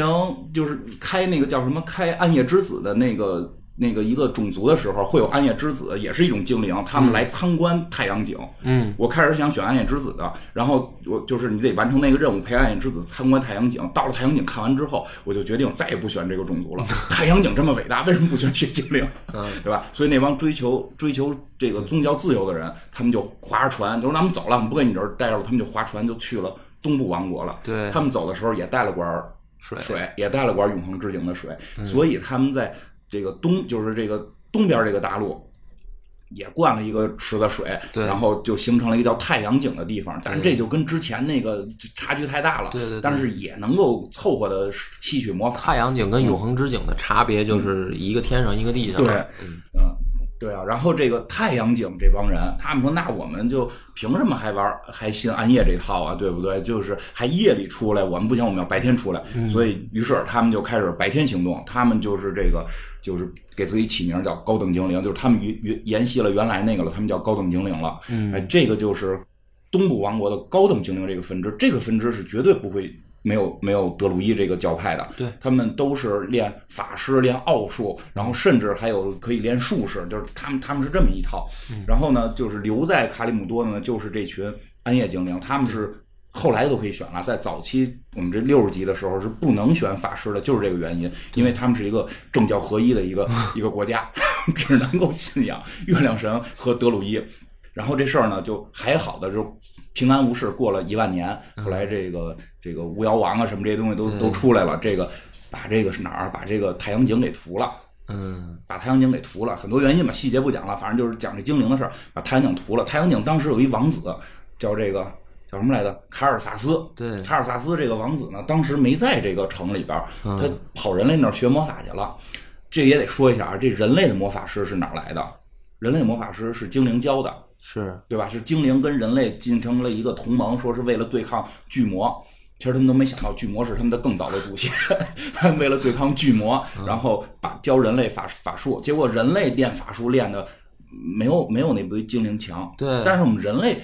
就是开那个叫什么开暗夜之子的那个。那个一个种族的时候，会有暗夜之子，也是一种精灵，他们来参观太阳井。
嗯，
我开始想选暗夜之子的，然后我就是你得完成那个任务，陪暗夜之子参观太阳井。到了太阳井看完之后，我就决定再也不选这个种 族了。太阳井这么伟大，为什么不选雪精灵？
嗯，
对吧？所以那帮追求追求这个宗教自由的人，他们就划着船，就说那我们走了，我们不跟你这儿待着了，他们就划船就去了东部王国了。
对
他们走的时候也带了管儿
水嗯
水也带了管永恒之井的水，所以他们在这个东，就是这个东边这个大陆。也灌了一个池子水，
对
然后就形成了一个叫太阳井的地方，但是
对
这就跟之前那个就差距太大了，
对对对
啊但是也能够凑合的吸取魔法，
太阳井跟永恒之井的差别就是一个天上一个地上。
嗯对
嗯
嗯，对啊，然后这个太阳井这帮人，他们说那我们就凭什么还玩还信暗夜这套啊，对不对？就是还夜里出来，我们不行，我们要白天出来。所以于是他们就开始白天行动，他们就是这个就是给自己起名叫高等精灵，就是他们沿沿沿袭了原来那个了，他们叫高等精灵了。
嗯
哎，这个就是东部王国的高等精灵这个分支，这个分支是绝对不会没有没有德鲁伊这个教派的。
对
他们都是练法师、练奥术，然后甚至还有可以练术士，就是他们他们是这么一套。
嗯
然后呢，就是留在卡里姆多的呢，就是这群暗夜精灵，他们是。后来都可以选了，在早期我们这六十级的时候是不能选法师的，就是这个原因，因为他们是一个政教合一的 一个一个国家， 只能够信仰月亮神和德鲁伊。然后这事儿呢，就还好的，就平安无事过了一万年。后来这个这个巫妖王啊什么这些东西都都出来了，这个把这个是哪儿？把这个太阳井给屠了，
嗯
把太阳井给屠了，很多原因吧，细节不讲了，反正就是讲这精灵的事儿，把太阳井屠了。太阳井当时有一王子叫这个。叫什么来着？卡尔萨斯。
对
卡尔萨斯这个王子呢，当时没在这个城里边儿，
嗯
他跑人类那儿学魔法去了。这也得说一下啊，这人类的魔法师是哪儿来的？人类魔法师是精灵教的。
是
对吧？是精灵跟人类进成了一个同盟，说是为了对抗巨魔。其实他们都没想到，巨魔是他们的更早的祖先， 他们为了对抗巨魔，然后把教人类法法术，结果人类练法术练的没有没有那堆精灵强。
对
但是我们人类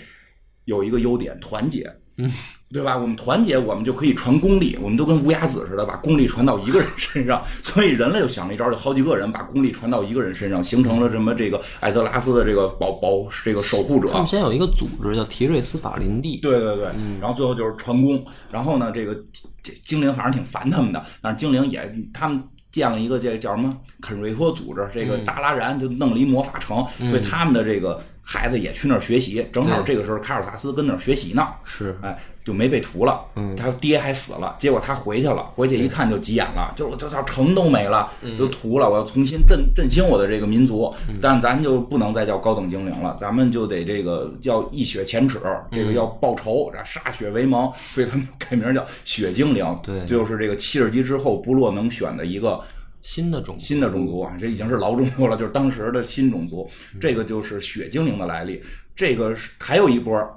有一个优点，团结。
嗯，
对吧？我们团结，我们就可以传功力，我们就跟乌鸦子似的，把功力传到一个人身上。 所以人类就想了一招，有好几个人把功力传到一个人身上，形成了什么这个艾泽拉斯的这个保保这个守护者。
他们先有一个组织叫提瑞斯法林地。
对对对，然后最后就是传功，然后呢，这个这精灵反正挺烦他们的，但是精灵也他们建了一个这叫什么肯瑞托组织，这个
嗯
达拉然就弄了一魔法城，所以他们的这个孩子也去那儿学习，正好这个时候卡尔萨斯跟那儿学习呢，
是
哎，就没被屠了。
嗯
他爹还死了，结果他回去了，回去一看就急眼了，就是我这操城都没了，都屠了，我要重新振振兴我的这个民族。
嗯
但咱就不能再叫高等精灵了，咱们就得这个要一雪前耻，
嗯
这个要报仇，然后歃血为盟，所以他们 改名叫雪精灵。
对
就是这个七十级之后部落能选的一个。
新的种族，
新的种族，这已经是老种族了，就是 当时的新种族。这个就是血精灵的来历。这个是还有一波儿，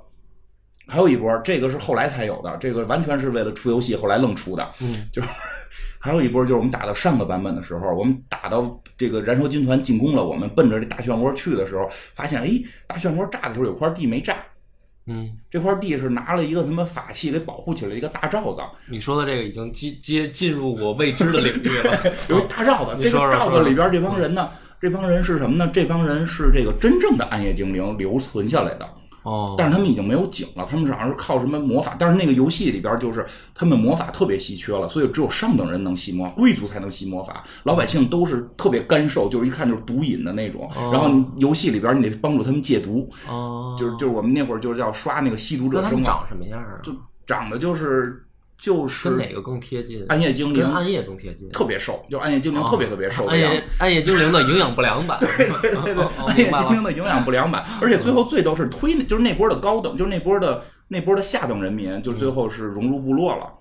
还有一波儿，这个是后来才有的，这个完全是为了出游戏后来愣出的。
嗯，
就是还有一波，就是我们打到上个版本的时候，我们打到这个燃烧军团进攻了，我们奔着这大漩涡去的时候，发现哎，大漩涡炸的时候有块地没炸。
嗯，
这块地是拿了一个他妈法器给保护起来一个大罩子，
你说的这个已经接接进入我未知的领域了，
有一大罩子，
你
这个
说说
罩
说
子
说
里边这帮人呢，这帮人是什么呢？这帮人是这个真正的暗夜精灵留存下来的，
哦，
但是他们已经没有井了，他们是好像是靠什么魔法，但是那个游戏里边就是他们魔法特别稀缺了，所以只有上等人能吸魔，贵族才能吸魔法，老百姓都是特别干瘦，就是一看就是毒瘾的那种。
哦
然后你游戏里边你得帮助他们戒毒，
哦，
就是就是我们那会儿就是要刷那个吸毒
那
者
他
生
们
嘛，
长什么样啊？
就长得就是就是
跟哪个更贴近？
暗夜精灵
跟暗夜更贴近，
特别瘦，就是暗夜精灵
哦
特别特别瘦的
暗
样子。
夜暗夜精灵的营养不良哦版，对
对
对
对，暗夜精灵的营养不良版，而且最后最逗是推那，就是那波的高等，就是那波的那波的下等人民，就最后是融入部落了。
嗯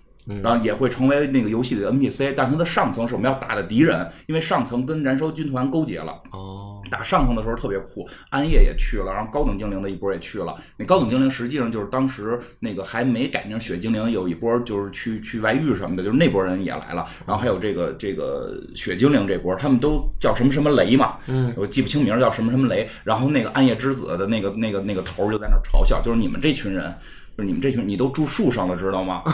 然后也会成为那个游戏里的 NPC，但它的上层是我们要打的敌人，因为上层跟燃烧军团勾结了。
哦，
打上层的时候特别酷，暗夜也去了，然后高等精灵的一波也去了。那高等精灵实际上就是当时那个还没改名雪精灵，有一波就是去去外遇什么的，就是那波人也来了。然后还有这个这个雪精灵这波，他们都叫什么什么雷嘛，
嗯，
我记不清名儿叫什么什么雷。然后那个暗夜之子的那个那个那个头儿就在那儿嘲笑，就是你们这群人，就是你们这群，你都住树上了，知道吗？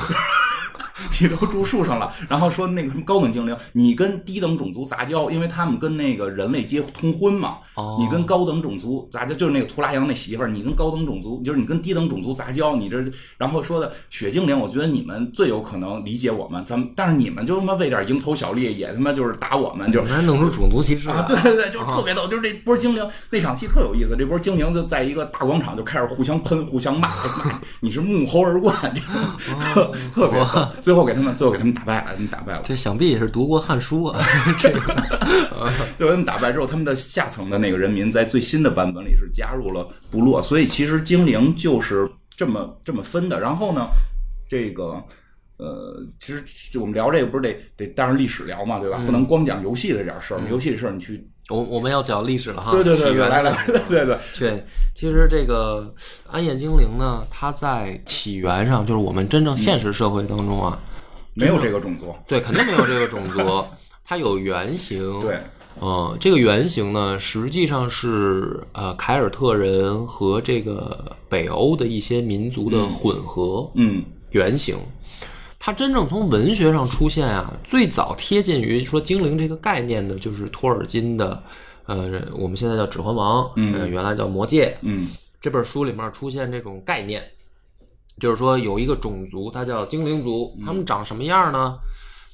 你都住树上了，然后说那个什么高等精灵，你跟低等种族杂交，因为他们跟那个人类结通婚嘛，
哦
你跟高等种族杂交，就是那个图拉扬那媳妇儿，你跟高等种族，就是你跟低等种族杂交，你这，然后说的雪精灵，我觉得你们最有可能理解我们，咱们，但是你们就他妈为点蝇头小利，也他妈就是打我们，就
你们还弄出种族歧视
啊，
来
对对对，就是特别逗，就是这波精灵那场戏特有意思，这波精灵就在一个大广场就开始互相喷、互相骂， 骂你是沐猴而冠，这种特特别逗。最后给他们，最后给他们打败了，他们打败了。
这想必也是读过《汉书》 啊，这个呃
最后他们打败之后，他们的下层的那个人民在最新的版本里是加入了部落，所以其实精灵就是这么这么分的。然后呢，这个。呃，其实我们聊这个不是得得当然历史聊嘛，对吧？不能光讲游戏的这点事儿，游戏的事儿你去，
我我们要讲历史了哈，
对对
起
对对，
源
来来，对对，
对，其实这个暗夜精灵呢，它在起源上就是我们真正现实社会当中啊，
嗯没有这个种族，
对，肯定没有这个种族，它有原型。
对，
嗯，这个原型呢，实际上是呃凯尔特人和这个北欧的一些民族的混合
嗯
原型。它真正从文学上出现啊，最早贴近于说精灵这个概念的，就是托尔金的，呃，我们现在叫《指环王》，
嗯
呃原来叫《魔戒》，
嗯
这本书里面出现这种概念，就是说有一个种族，它叫精灵族，他们长什么样呢？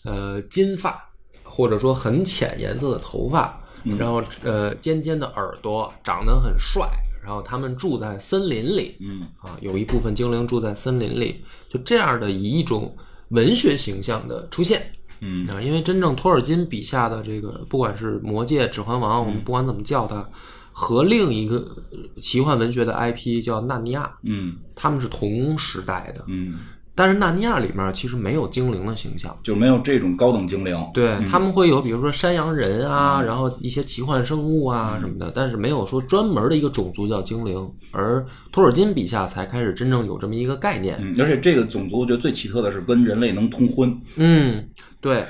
呃，金发，或者说很浅颜色的头发，然后呃尖尖的耳朵，长得很帅，然后他们住在森林里，
嗯
啊，有一部分精灵住在森林里，就这样的一种文学形象的出现。
嗯
啊，因为真正托尔金笔下的这个，不管是《魔戒》《指环王》，
嗯
我们不管怎么叫它，和另一个呃奇幻文学的 IP 叫《纳尼亚》，
嗯
他们是同时代的。
嗯，
但是《纳尼亚》里面其实没有精灵的形象，
就没有这种高等精灵。
对、他们会有比如说山羊人
嗯
啊，然后一些奇幻生物啊什么的，但是没有说专门的一个种族叫精灵。而托尔金笔下才开始真正有这么一个概念。
嗯，而且这个种族我觉得最奇特的是跟人类能通婚，
嗯，对。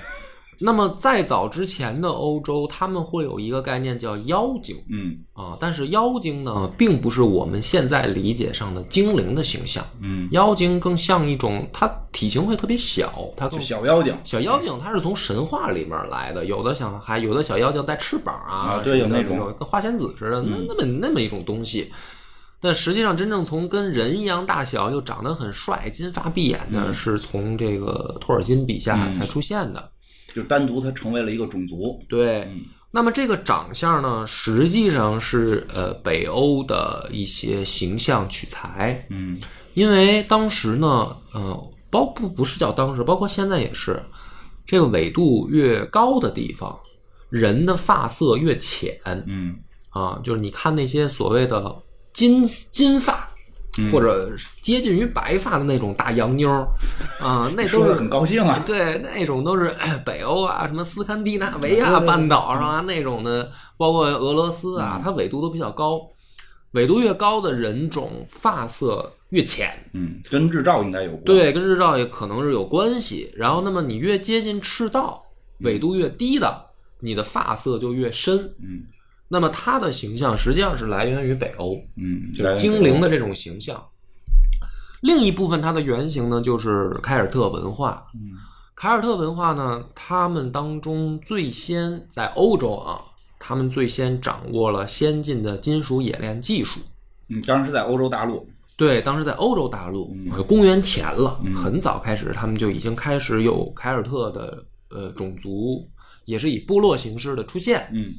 那么再早之前的欧洲，他们会有一个概念叫妖精
嗯
啊，但是妖精呢，并不是我们现在理解上的精灵的形象。
嗯，
妖精更像一种，它体型会特别小，它
就
更
小妖精
小妖精，它是从神话里面来的，有的像还有的小妖精带翅膀啊
啊对
什么的
有那种嗯
跟花仙子似的，那那么那么一种东西。但实际上，真正从跟人一样大小又长得很帅、金发碧眼
嗯
的，是从这个托尔金笔下才出现的。
就单独他成为了一个种族。
对，那么这个长相呢，实际上是呃北欧的一些形象取材，
嗯
因为当时呢，呃，包不不是叫当时，包括现在也是，这个纬度越高的地方，人的发色越浅
嗯
啊，就是你看那些所谓的金金发。
嗯
或者接近于白发的那种大洋妞儿，啊，那都
说
是
的很高兴啊。
对，那种都是 哎北欧啊，什么斯堪的纳维亚半岛上啊那种的，包括俄罗斯啊，它纬度都比较高，纬度越高的人种发色越浅，
嗯，跟日照应该有关。，
对，跟日照也可能是有关系。然后，那么你越接近赤道，纬度越低的，你的发色就越深。
嗯
那么它的形象实际上是来源于北欧，
嗯，
就是精灵的这种形象。另一部分它的原型呢，就是凯尔特文化。
嗯
凯尔特文化呢，他们当中最先在欧洲啊，他们最先掌握了先进的金属冶炼技术。
嗯，当然是在欧洲大陆。
对，当时在欧洲大陆，
嗯
呃公元前了，
嗯
很早开始，他们就已经开始有凯尔特的呃种族，也是以部落形式的出现。
嗯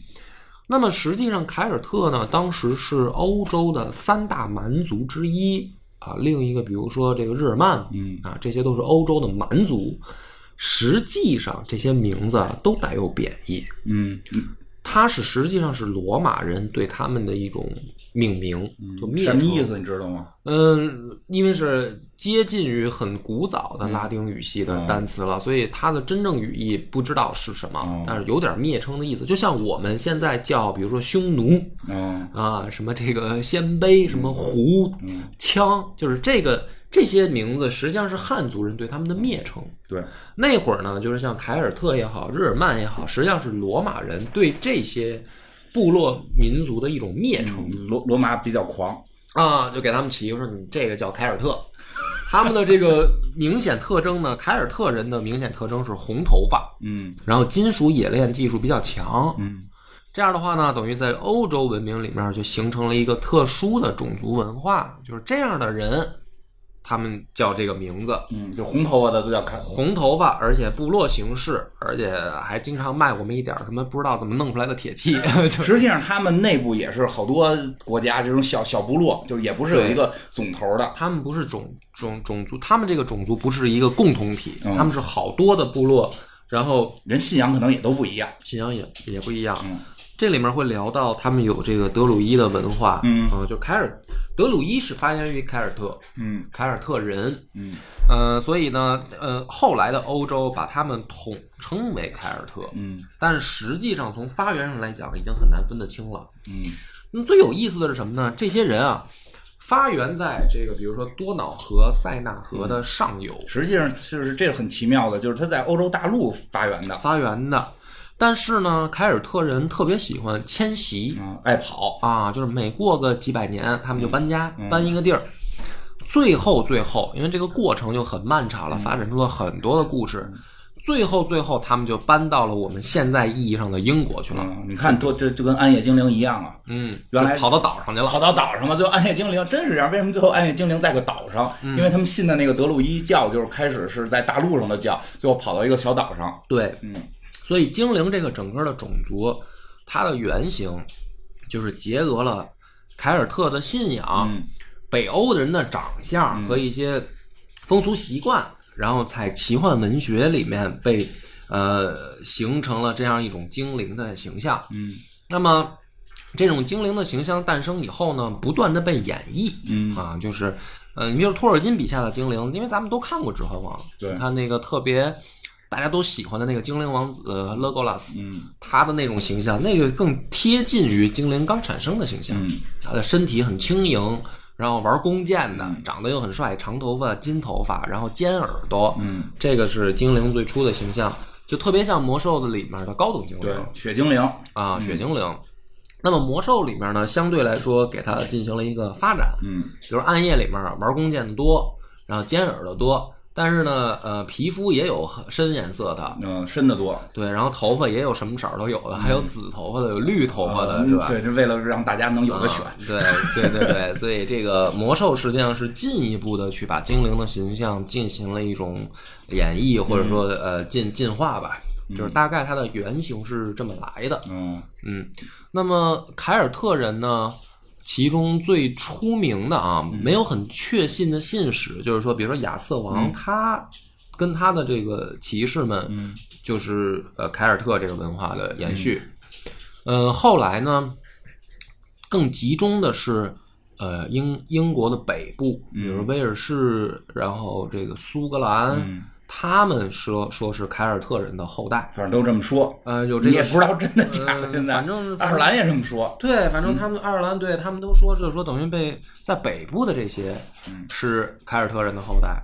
那么实际上，凯尔特呢，当时是欧洲的三大蛮族之一啊。另一个，比如说这个日耳曼
嗯
啊，这些都是欧洲的蛮族。实际上，这些名字啊都带有贬义，
嗯
它是实际上是罗马人对他们的一种命名，就
嗯，
灭
什么
称
意思你知道吗？
嗯，因为是接近于很古早
嗯
的拉丁语系
哦
的单词了，所以它的真正语义不知道是什么，
哦
但是有点蔑称的意思。就像我们现在叫，比如说匈奴
嗯
啊，什么这个鲜卑，什么胡、
嗯，
羌，就是这个这些名字实际上是汉族人对他们的蔑称。
对，
那会儿呢，就是像凯尔特也好，日耳曼也好，实际上是罗马人对这些部落民族的一种蔑称。
罗罗马比较狂。
啊，就给他们起一个说你这个叫凯尔 特，他们的这个明显特征呢，凯尔特人的明显特征是红头发，
嗯
然后金属冶炼技术比较强，
嗯
这样的话呢，等于在欧洲文明里面就形成了一个特殊的种族文化，就是这样的人，他们叫这个名字，
嗯，就红头发的都叫凯。
红头发，而且部落形式，而且还经常卖我们一点儿什么不知道怎么弄出来的铁器， 就是
实际上，他们内部也是好多国家这种小小部落，就是也不是有一个总头的。
他们不是种种种族，他们这个种族不是一个共同体，
嗯
他们是好多的部落，然后
人信仰可能也都不一样。
信仰也也不一样。
嗯
这里面会聊到他们有这个德鲁伊的文化，
嗯
呃就凯尔德鲁伊是发源于凯尔特，
嗯
凯尔特人，
嗯
呃，所以呢，呃，后来的欧洲把他们统称为凯尔特，
嗯
但是实际上从发源上来讲，已经很难分得清了。
嗯
那么最有意思的是什么呢？这些人啊，发源在这个比如说多瑙河、塞纳河的上游
实际上就是这是很奇妙的，就是它在欧洲大陆发源的，
发源的，但是呢，凯尔特人特别喜欢迁徙
嗯，爱跑，
啊，就是每过个几百年，他们就搬家，
嗯
搬一个地儿。最后，最后，因为这个过程就很漫长了，
嗯
发展出了很多的故事。最后，最后，他们就搬到了我们现在意义上的英国去了。
嗯，你看多这就跟暗夜精灵一样啊，
嗯，
原来
就跑到岛上去了。
跑到岛上了，最后暗夜精灵真是这样，为什么最后暗夜精灵在个岛上？
嗯
因为他们信的那个德路伊教，就是开始是在大陆上的教，最后跑到一个小岛上，
对，
嗯
所以精灵这个整个的种族，它的原型就是结合了凯尔特的信仰、
嗯
北欧人的长相和一些风俗习惯，然后在奇幻文学里面被呃形成了这样一种精灵的形象。
嗯
那么这种精灵的形象诞生以后呢，不断的被演绎，
嗯
啊，就是，呃，你比如托尔金笔下的精灵，因为咱们都看过《指环王》，
对
他那个特别大家都喜欢的那个精灵王子呃勒戈拉斯，
嗯
他的那种形象，那个更贴近于精灵刚产生的形象，
嗯
他的身体很轻盈。然后玩弓箭的，
嗯
长得又很帅，长头发、金头发，然后尖耳朵，
嗯，
这个是精灵最初的形象，就特别像魔兽的里面的高等精灵。
对，嗯雪精灵，
啊，雪精灵。那么魔兽里面呢，相对来说给它进行了一个发展，
嗯
啊比如暗夜里面玩弓箭的多，然后尖耳的多，但是呢，呃，皮肤也有深颜色的，
嗯，深的多，
对，然后头发也有什么色儿都有的，还有紫头发的，有绿头发的，
嗯
是吧？
对，这为了让大家能有个选，
啊对对对对，所以这个魔兽实际上是进一步的去把精灵的形象进行了一种演绎，或者
嗯
说呃进进化吧，就是大概它的原型是这么来的。
嗯
嗯，那么凯尔特人呢？其中最出名的啊，
嗯
没有很确信的信史，就是说，比如说亚瑟
嗯
王，他跟他的这个骑士
嗯
们，就是呃凯尔特这个文化的延续。
嗯
呃，后来呢，更集中的是呃英英国的北部，
嗯
比如威尔士，然后这个苏格兰，
嗯
他们说说是凯尔特人的后代。
反正都这么说，
呃，有这
你
个
也不知道真的假的。
嗯
现在，
反正
爱尔兰也这么说，
对，反
嗯
正他们爱尔兰队，他们都说就是说等于被在北部的这些
嗯
是凯尔特人的后代，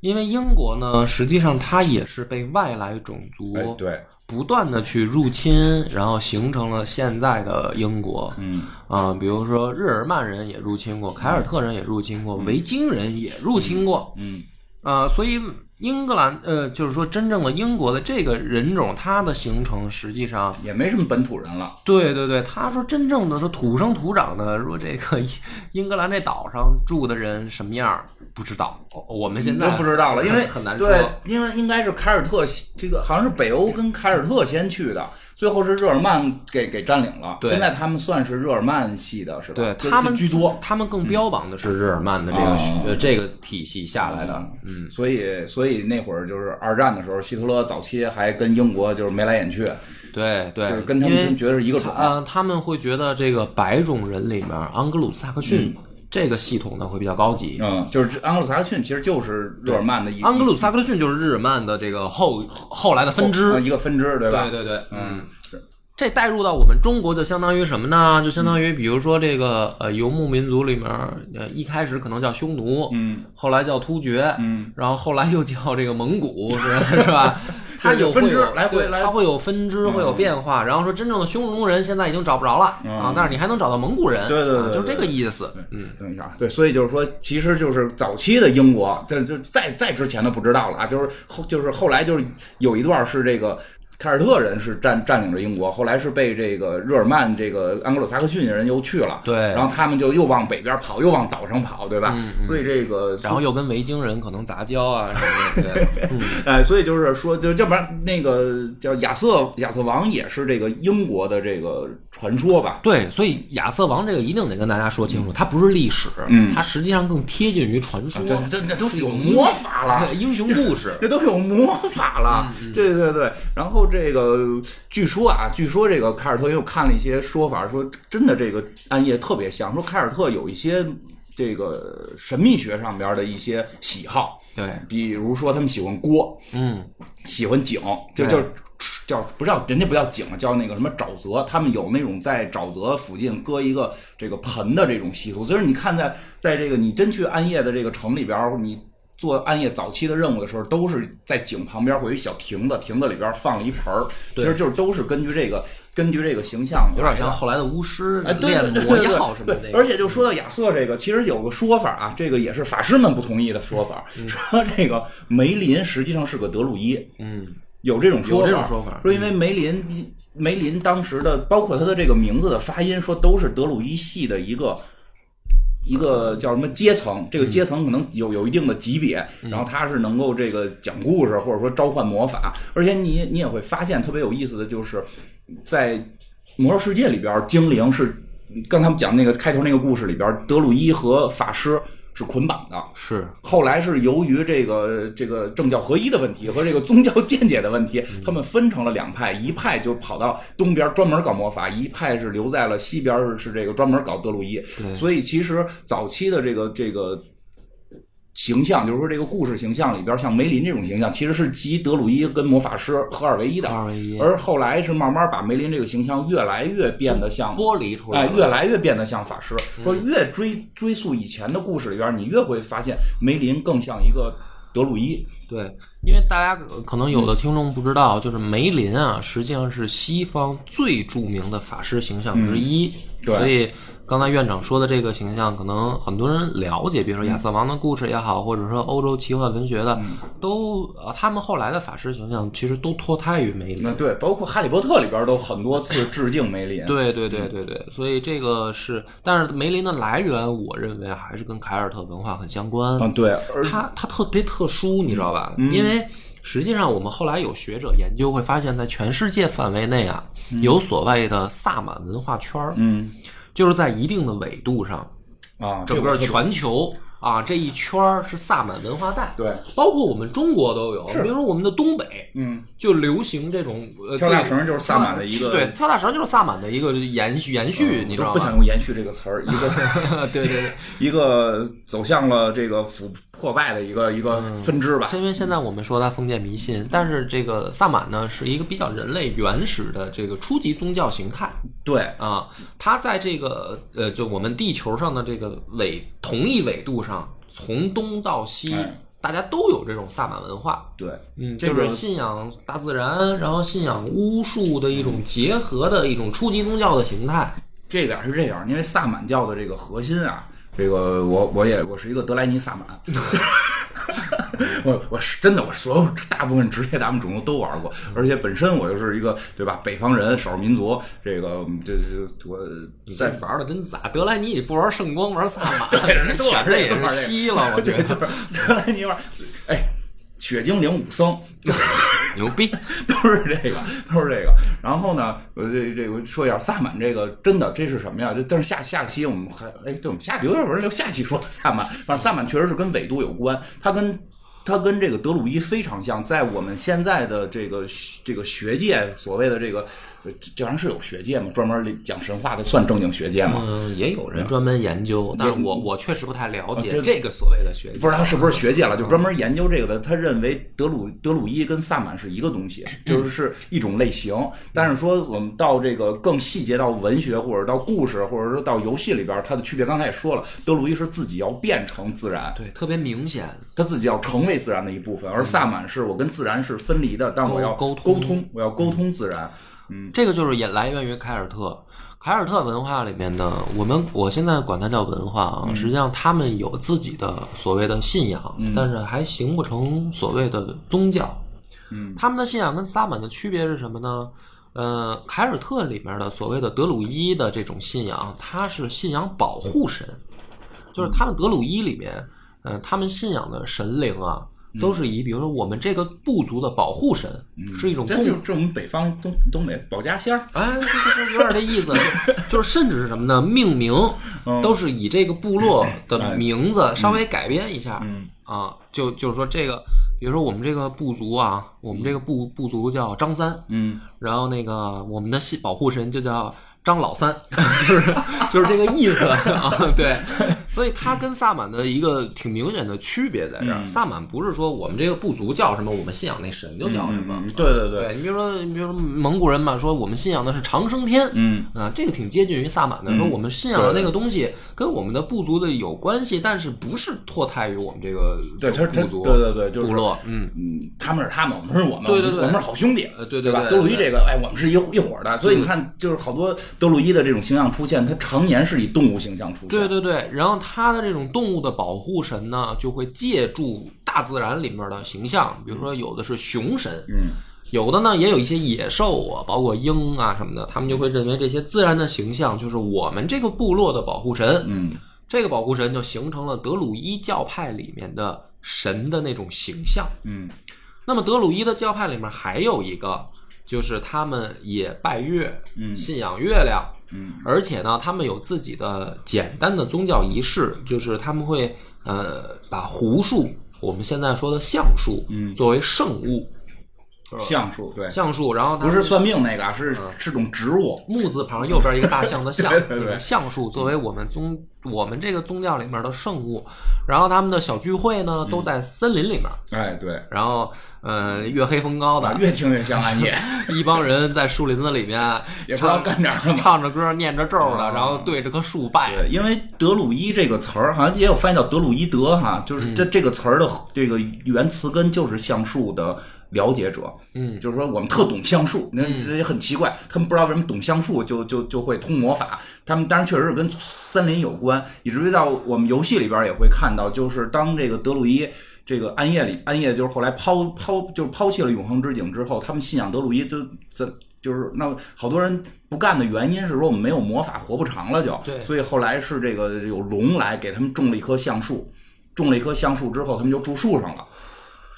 因为英国呢，实际上它也是被外来种族
哎，对，
不断的去入侵，然后形成了现在的英国。
嗯，
啊、比如说日耳曼人也入侵过，凯尔特人也入侵过，维京人也入侵过，
嗯，
啊，所以英格兰，呃，就是说真正的英国的这个人种，它的形成实际上
也没什么本土人了，
对对对，他说真正的说土生土长的，说这个英英格兰这岛上住的人什么样儿不知道，我我们现
都
在
不知道了，因为
很很难说。
对，因为应该是凯尔特这个好像是北欧跟凯尔特先去的，最后是日耳曼给给占领了，
对
现在他们算是日耳曼系的，是吧？
对
就
他们
就居多，
他们更标榜的是日耳曼的这个、
嗯
呃这个体系下来的。
嗯，所以所以那会儿就是二战的时候，希特勒早期还跟英国就是眉来眼去，
对对，
就是跟他
因为
们觉得是一个种。
呃，他们会觉得这个白种人里面盎格鲁撒克逊、这个系统呢会比较高级。
嗯，就是这盎格鲁撒克逊其实就是日耳曼的一
盎格鲁撒克逊就是日耳曼的这个后后来的分支，
呃一个分支，对吧？
对对对，
嗯，是
这带入到我们中国，就相当于什么呢？就相当于，比如说这个呃游牧民族里面，呃一开始可能叫匈奴，
嗯
后来叫突厥，
嗯，
然后后来又叫这个蒙 古，是吧是吧？它有
分支
会有
来回
对
来
它会有分支，会有变化。然后说真正的匈奴人现在已经找不着了啊
嗯，
但是你还能找到蒙古人，
对对对
啊
对
就是这个意思。嗯，
等一下啊，对，所以就是说，其实就是早期的英国，这就再再之前的不知道了啊，就是后就是后来就是有一段是这个。凯尔特人是占占领着英国，后来是被这个日耳曼这个盎格鲁撒克逊人又去了，
对
然后他们就又往北边跑，又往岛上跑，对吧？所以这个，
然后又跟维京人可能杂交啊什么的。 对嗯
哎，所以就是说，就要不然那个叫亚瑟亚瑟王也是这个英国的这个传说吧？
对，所以亚瑟王这个一定得跟大家说清楚，它不是历史，
嗯啊
它实际上更贴近于传说，
这这这都是有魔法了，
对英雄故 事。
这都有魔法了。对对对，然后这个据说啊，据说这个凯尔特又看了一些说法，说真的这个暗夜特别像，说凯尔特有一些这个神秘学上边的一些喜好，
对，
比如说他们喜欢锅，
嗯，
喜欢井，
对
就叫叫不叫人家不叫井，叫那个什么沼泽。他们有那种在沼泽附近搁一个这个盆的这种习俗。所以你看在在这个你真去暗夜的这个城里边儿，你做暗夜早期的任务的时候，都是在井旁边会有一小亭子，亭子里边放了一盆儿，其实就是都是根据这个根据这个形象
有
来
点
的
像后来的巫师
哎，对
练
对对
魔
对
药什么
对
的那个。
而且就说到亚瑟这个，其实有个说法啊，这个也是法师们不同意的说法，说这个梅林实际上是个德鲁伊，
嗯，
有这种说
有这种说法
说因为梅林梅林当时的，包括他的这个名字的发音，说都是德鲁伊系的一个。一个叫什么阶层？
嗯
这个阶层可能有有一定的级别，然后他是能够这个讲故事，或者说召唤魔法，而且你你也会发现特别有意思的就是，在魔兽世界里边，精灵是刚才我们讲那个开头那个故事里边，德鲁伊和法师是捆绑的，
是
后来是由于这个这个政教合一的问题和这个宗教见解的问题，他们分成了两派，一派就跑到东边专门搞魔法，一派是留在了西边是是这个专门搞德鲁伊。所以其实早期的这个这个。形象就是说，这个故事形象里边，像梅林这种形象，其实是集德鲁伊跟魔法师合二为一的。
合二为一
而后来是慢慢把梅林这个形象越来越变得像
剥离出来
哎，
了。
越来越变得像法师。
嗯
说越追追溯以前的故事里边，你越会发现梅林更像一个德鲁伊。
对，因为大家呃可能有的听众不知道，就是梅林啊，实际上是西方最著名的法师形象之一。
嗯对
所以刚才院长说的这个形象，可能很多人了解，比如说亚瑟王的故事也好，或者说欧洲奇幻文学
嗯
的，都呃，他们后来的法师形象其实都脱胎于梅林
那。嗯对，包括《哈利波特》里边都很多次致敬梅林。
对对
嗯
对对对，所以这个是，但是梅林的来源，我认为还是跟凯尔特文化很相关。
嗯，对，而嗯
它它特别特殊，你知道吧？因为实际上我们后来有学者研究会发现，在全世界范围内啊，有所谓的萨满文化圈儿，
嗯
就是在一定的纬度上，
啊，
整
这
个
我
全球啊这一圈儿是萨满文化带，
对，
包括我们中国都有，
是
比如说我们的东北。
嗯，
就流行这种呃
跳大
对
绳就是萨满的一个嗯
对，跳大绳就是萨满的一个延续延续，你知
都
道
不
吗
想？用“延续”这个词儿，一个
对对对，
一个走向了这个腐破败的一个一个
嗯
分支吧。
因为现在我们说它封建迷信，但是这个萨满呢是一个比较人类原始的这个初级宗教形态
对，
啊，它在这个呃就我们地球上的这个纬同一纬度上，从东到西，
哎
大家都有这种萨满文化。
对，
嗯，
这
就
个
是信仰大自然，然后信仰巫术的一种结合的一种初级宗教的形态。
嗯这点是这样，因为萨满教的这个核心啊，这个我我也我是一个德莱尼萨满， 我我是真的我所有大部分职业咱们种族都玩过，而且本身我就是一个对吧北方人少数民族，这个这这我在
这玩的真杂，德莱尼你不玩圣光，玩萨满，
人都
选
玩
的也
这
是
个
稀了，我觉 得
德莱尼玩，哎，雪精灵武僧。
牛逼。
都是这个，都是这个。然后呢，我这这我说一下萨满这个，真的这是什么呀？这但是下下期我们还哎，对，我们下期有点儿留下期说萨满。反正萨满确实是跟纬度有关，它跟。它跟这个德鲁伊非常像，在我们现在的这个学这个学界，所谓的这个，呃这这玩意儿是有学界吗？专门讲神话的算正经学界吗？
嗯，也有人专门研究，但是我我确实不太了解这个所谓的学
嗯啊不知道他是不是学界了，就专门研究这个的。他认为德鲁德鲁伊跟萨满是一个东西，就是是一种类型。但是说我们到这个更细节到文学或者到故事或者说到游戏里边，它的区别刚才也说了，德鲁伊是自己要变成自然，
对，特别明显。
他自己要成为自然的一部分，而萨满是我跟自然是分离的，但我要
嗯沟
沟
沟通
通，我要沟通自然。嗯
这个就是也来源于凯尔特，凯尔特文化里面的我们，我现在管它叫文化啊，
嗯
实际上他们有自己的所谓的信仰，但是还形不成所谓的宗教。
嗯，
他们的信仰跟萨满的区别是什么呢？呃，凯尔特里面的所谓的德鲁伊的这种信仰，它是信仰保护神，就是他们德鲁伊里面，呃，他们信仰的神灵啊，
嗯
都是以比如说我们这个部族的保护神，是一种
这
共
就这我们北方东东北保家仙儿，
哎，对对对，有点这意思，就就是甚至是什么呢？命 名
嗯
都是以这个部落的名字稍微改编一下，
哎嗯
啊，就就是说这个，比如说我们这个部族啊，我们这个部部族叫张三，
嗯，
然后那个我们的系保护神就叫张老三， 就是就是这个意思啊。 对，所以它跟萨满的一个挺明显的区别在这儿。
嗯
萨满不是说我们这个部族叫什么，我们信仰那神就叫什么。
嗯对对
对，你比如说，你比如说蒙古人嘛，说我们信仰的是长生天，
嗯
啊，这个挺接近于萨满的，说我们信仰的那个东西跟我们的部族的有关系，但是不是脱胎于我们这个
对，他他
部族
对对对，就是
部落，嗯，
嗯，他们是他们，我们是我们，
对对对
我们是好兄弟，
呃对对
对吧？
对
德鲁伊
对
这个，哎，我们是一一伙儿的，所以你看，就是好多德鲁伊的这种形象出现，它常年是以动物形象出现，
对对对，然后它的这种动物的保护神呢，就会借助大自然里面的形象，比如说有的是熊神，
嗯，
有的呢也有一些野兽啊，包括鹰啊什么的，他们就会认为这些自然的形象就是我们这个部落的保护神，
嗯，
这个保护神就形成了德鲁伊教派里面的神的那种形象。
嗯
那么德鲁伊的教派里面还有一个，就是他们也拜月，
嗯
信仰月亮，
嗯
而且呢，他们有自己的简单的宗教仪式，就是他们会呃把胡术，我们现在说的橡树，
嗯
作为圣物。
橡树对，
橡树，然后它
不是算命那个啊，是是种植物。
木字旁右边一个大象的象
对对对，
橡树作为我们宗我们这个宗教里面的圣物，然后他们的小聚会呢
嗯
都在森林里面，
哎，对，
然后呃月黑风高的，
越听越像暗夜，
一帮人在树林子里面
也不知道
唱
干点什么。啊
唱着歌念着咒的，然后对着棵树拜，
对，因为德鲁伊这个词儿，好像也有翻译叫德鲁伊德哈，就是这、这个词儿的这个原词根就是橡树的了解者，
嗯，
就是说我们特懂橡树，那这也很奇怪，他们不知道为什么懂橡树就就就会通魔法，他们当然确实是跟森林有关，以至于到我们游戏里边也会看到，就是当这个德鲁伊。这个暗夜里，暗夜就是后来抛抛，就是抛弃了永恒之井之后，他们信仰德鲁伊就在就是那好多人不干的原因是说我们没有魔法活不长了就，
对
所以后来是这个有龙来给他们种了一棵橡树，种了一棵橡树之后，他们就住树上了，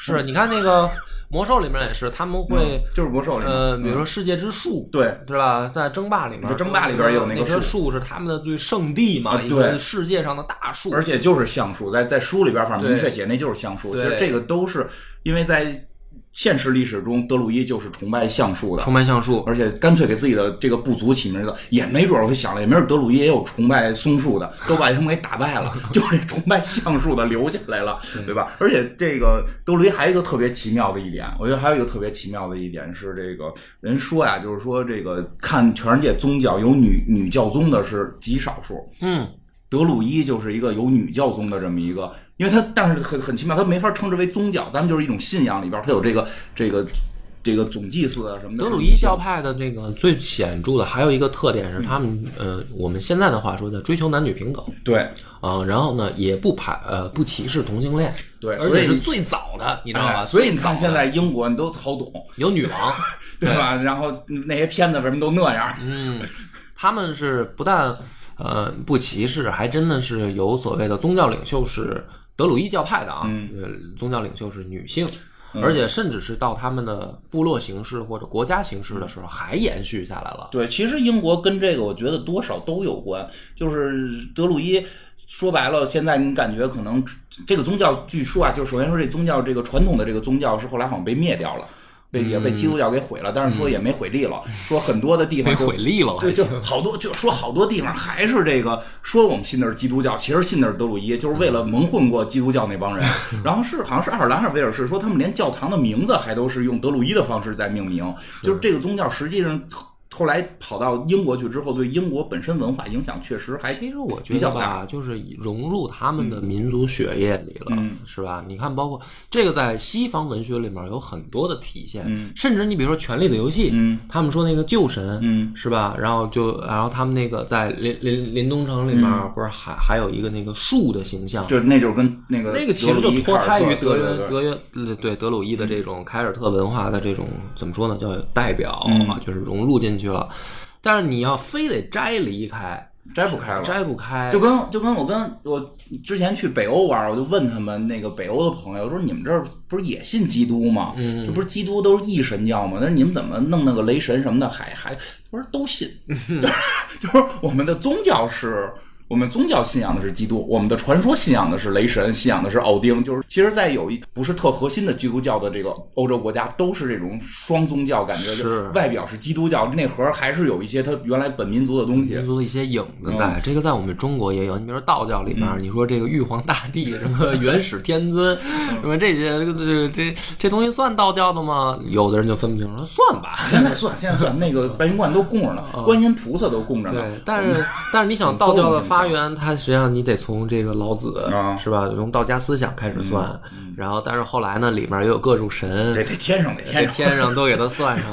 是你看那个魔兽里面也是，他们会
嗯就是魔兽里面，
呃，比如
嗯
说世界之树，
对
对吧？在争霸里面，
争霸里边也有那
那
个
棵树是他们的最圣地嘛，
啊
一
对
个世界上的大树，
而且就是橡树，在在书里边反正明确
对
写那就是橡树。其
对
实这个都是因为在现实历史中，德鲁伊就是崇拜橡树的，
崇拜橡树。
而且干脆给自己的这个部族起名字，也没准儿我就想了，也没准儿德鲁伊也有崇拜松树的，都把他们给打败了， 就是崇拜橡树的留下来了，对吧？而且这个德鲁伊还有一个特别奇妙的一点，我觉得还有一个特别奇妙的一点是，这个人说呀，就是说这个看全世界宗教有女女教宗的是极少数，
嗯，
德鲁伊就是一个有女教宗的这么一个，因为他但是很很奇妙，他没法称之为宗教，咱们就是一种信仰里边，他有这个这个这个总祭司啊什么的。
德鲁伊教派的这个最显著的还有一个特点是，他们
嗯
呃，我们现在的话说叫追求男女平等
对
啊、然后呢也不排呃不歧视同性恋，
对，
而
所
且
以
是
你
最早的，你知道吧？
哎所以
最
你
早
看现在英国你都好懂，
有女王，
对吧？然后那些片子为什么都那样？
嗯，他们是不但呃不歧视，还真的是有所谓的宗教领袖是德鲁伊教派的啊，
嗯
呃宗教领袖是女性。
嗯
而且甚至是到他们的部落形式或者国家形式的时
嗯
候，还延续下来了。
对，其实英国跟这个我觉得多少都有关，就是德鲁伊。说白了，现在你感觉可能这个宗教，据说啊，就首先说这宗教，这个传统的这个宗教是后来好像被灭掉了，被也被基督教给毁了，但是说也没毁立了，说很多的地
被
方就
毁立了，
对，
还
就
行。
好多就说好多地方还是这个说我们信的是基督教，其实信的是德鲁伊，就是为了蒙混过基督教那帮人。
嗯
然后是好像是爱尔兰还是威尔士说他们连教堂的名字还都是用德鲁伊的方式在命名，就是这个宗教实际上后来跑到英国去之后，对英国本身文化影响确实还
其实我觉
哎比
得
较大
吧，就是融入他们的民族血液里了，
嗯
是吧？你看，包括这个在西方文学里面有很多的体现，
嗯
甚至你比如说《权力的游戏》
嗯
他们说那个旧神，
嗯
是吧？然后就然后他们那个在林林林东城里面，
嗯
不是还还有一个那个树的形象。
就那就是跟那个
那个其实就脱胎于德
约
约德约呃对德鲁伊的这种凯尔特文化的这种怎么说呢，叫代表啊
嗯，
就是融入进去了。但是你要非得摘离开，
摘不开了，
摘不开，
就跟就跟我跟我之前去北欧玩儿，我就问他们那个北欧的朋友，我说你们这儿不是也信基督吗？
嗯
这不是基督都是一神教吗？那你们怎么弄那个雷神什么的，还还他说都信，
嗯
就是我们的宗教是。我们宗教信仰的是基督，我们的传说信仰的是雷神，信仰的是奥丁。就是其实，在有一不是特核心的基督教的这个欧洲国家，都是这种双宗教感觉，
是
就外表是基督教，内核还是有一些它原来本民族的东西。
民族的一些影子
哦
在。这个在我们中国也有，你比如说道教里
嗯
面，你说这个玉皇大帝、什 么元始天尊，
嗯
什么这些这这这东西算道教的吗？有的人就分不清，说算吧。
现在算，现在算，那个白云观都供着呢，观音菩萨都供着呢
对。，但是
嗯
但是你想道教的发源，它实际上你得从这个老子
啊嗯
是吧？从道家思想开始算，然后但是后来呢，里面也有各种神，
得得天上得
在
天上，
天上都给它算 上。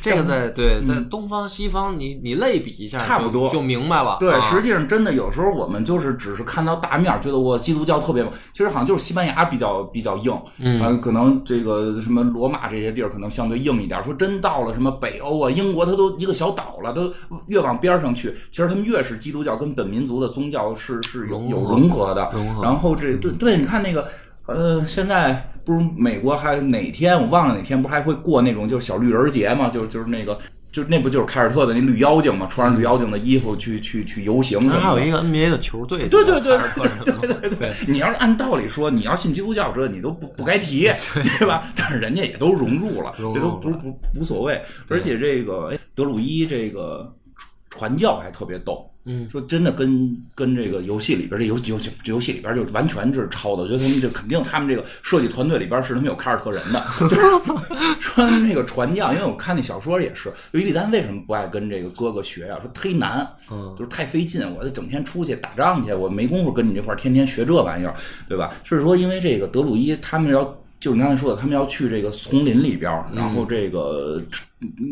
这个在对在东方西方，你你类比一下就，
嗯差不多
就明白了。
对，
啊
实际上真的有时候我们就是只是看到大面儿，觉得我基督教特别猛，其实好像就是西班牙比较比较硬，嗯、可能这个什么罗马这些地儿可能相对硬一点儿。说真到了什么北欧啊、英国，它都一个小岛了，都越往边儿上去，其实他们越是基督教跟本民族的宗教是是有有
融合
融合的。
融合
然后这对对，你看那个。呃，现在不是美国还哪天我忘了哪天不是还会过那种就是小绿人节嘛，就就是那个就那不就是凯尔特的那绿妖精嘛，穿上绿妖精的衣服去去去游行什么
那
的。
还有一个 NBA 的球队，
对对对
吧哈尔科什么的对对
你要是按道理说，你要信基督教这你都不不该提，对吧？ 但是人家也都融入了，
融入
这都不不无所谓。
对
而且这个哎德鲁伊这个传教还特别逗，
嗯，
说真的跟跟这个游戏里边这游游这游戏里边就完全就是抄的，我觉得他们这肯定他们这个设计团队里边是他们有凯尔特人的，就是 说那个传教，因为我看那小说也是，就伊利丹为什么不爱跟这个哥哥学呀、说忒难，
嗯
就是太费劲，我就整天出去打仗去，我没工夫跟你这块儿天天学这玩意儿，对吧？是说因为这个德鲁伊他们要。就是你刚才说的，他们要去这个丛林里边儿，然后这个
嗯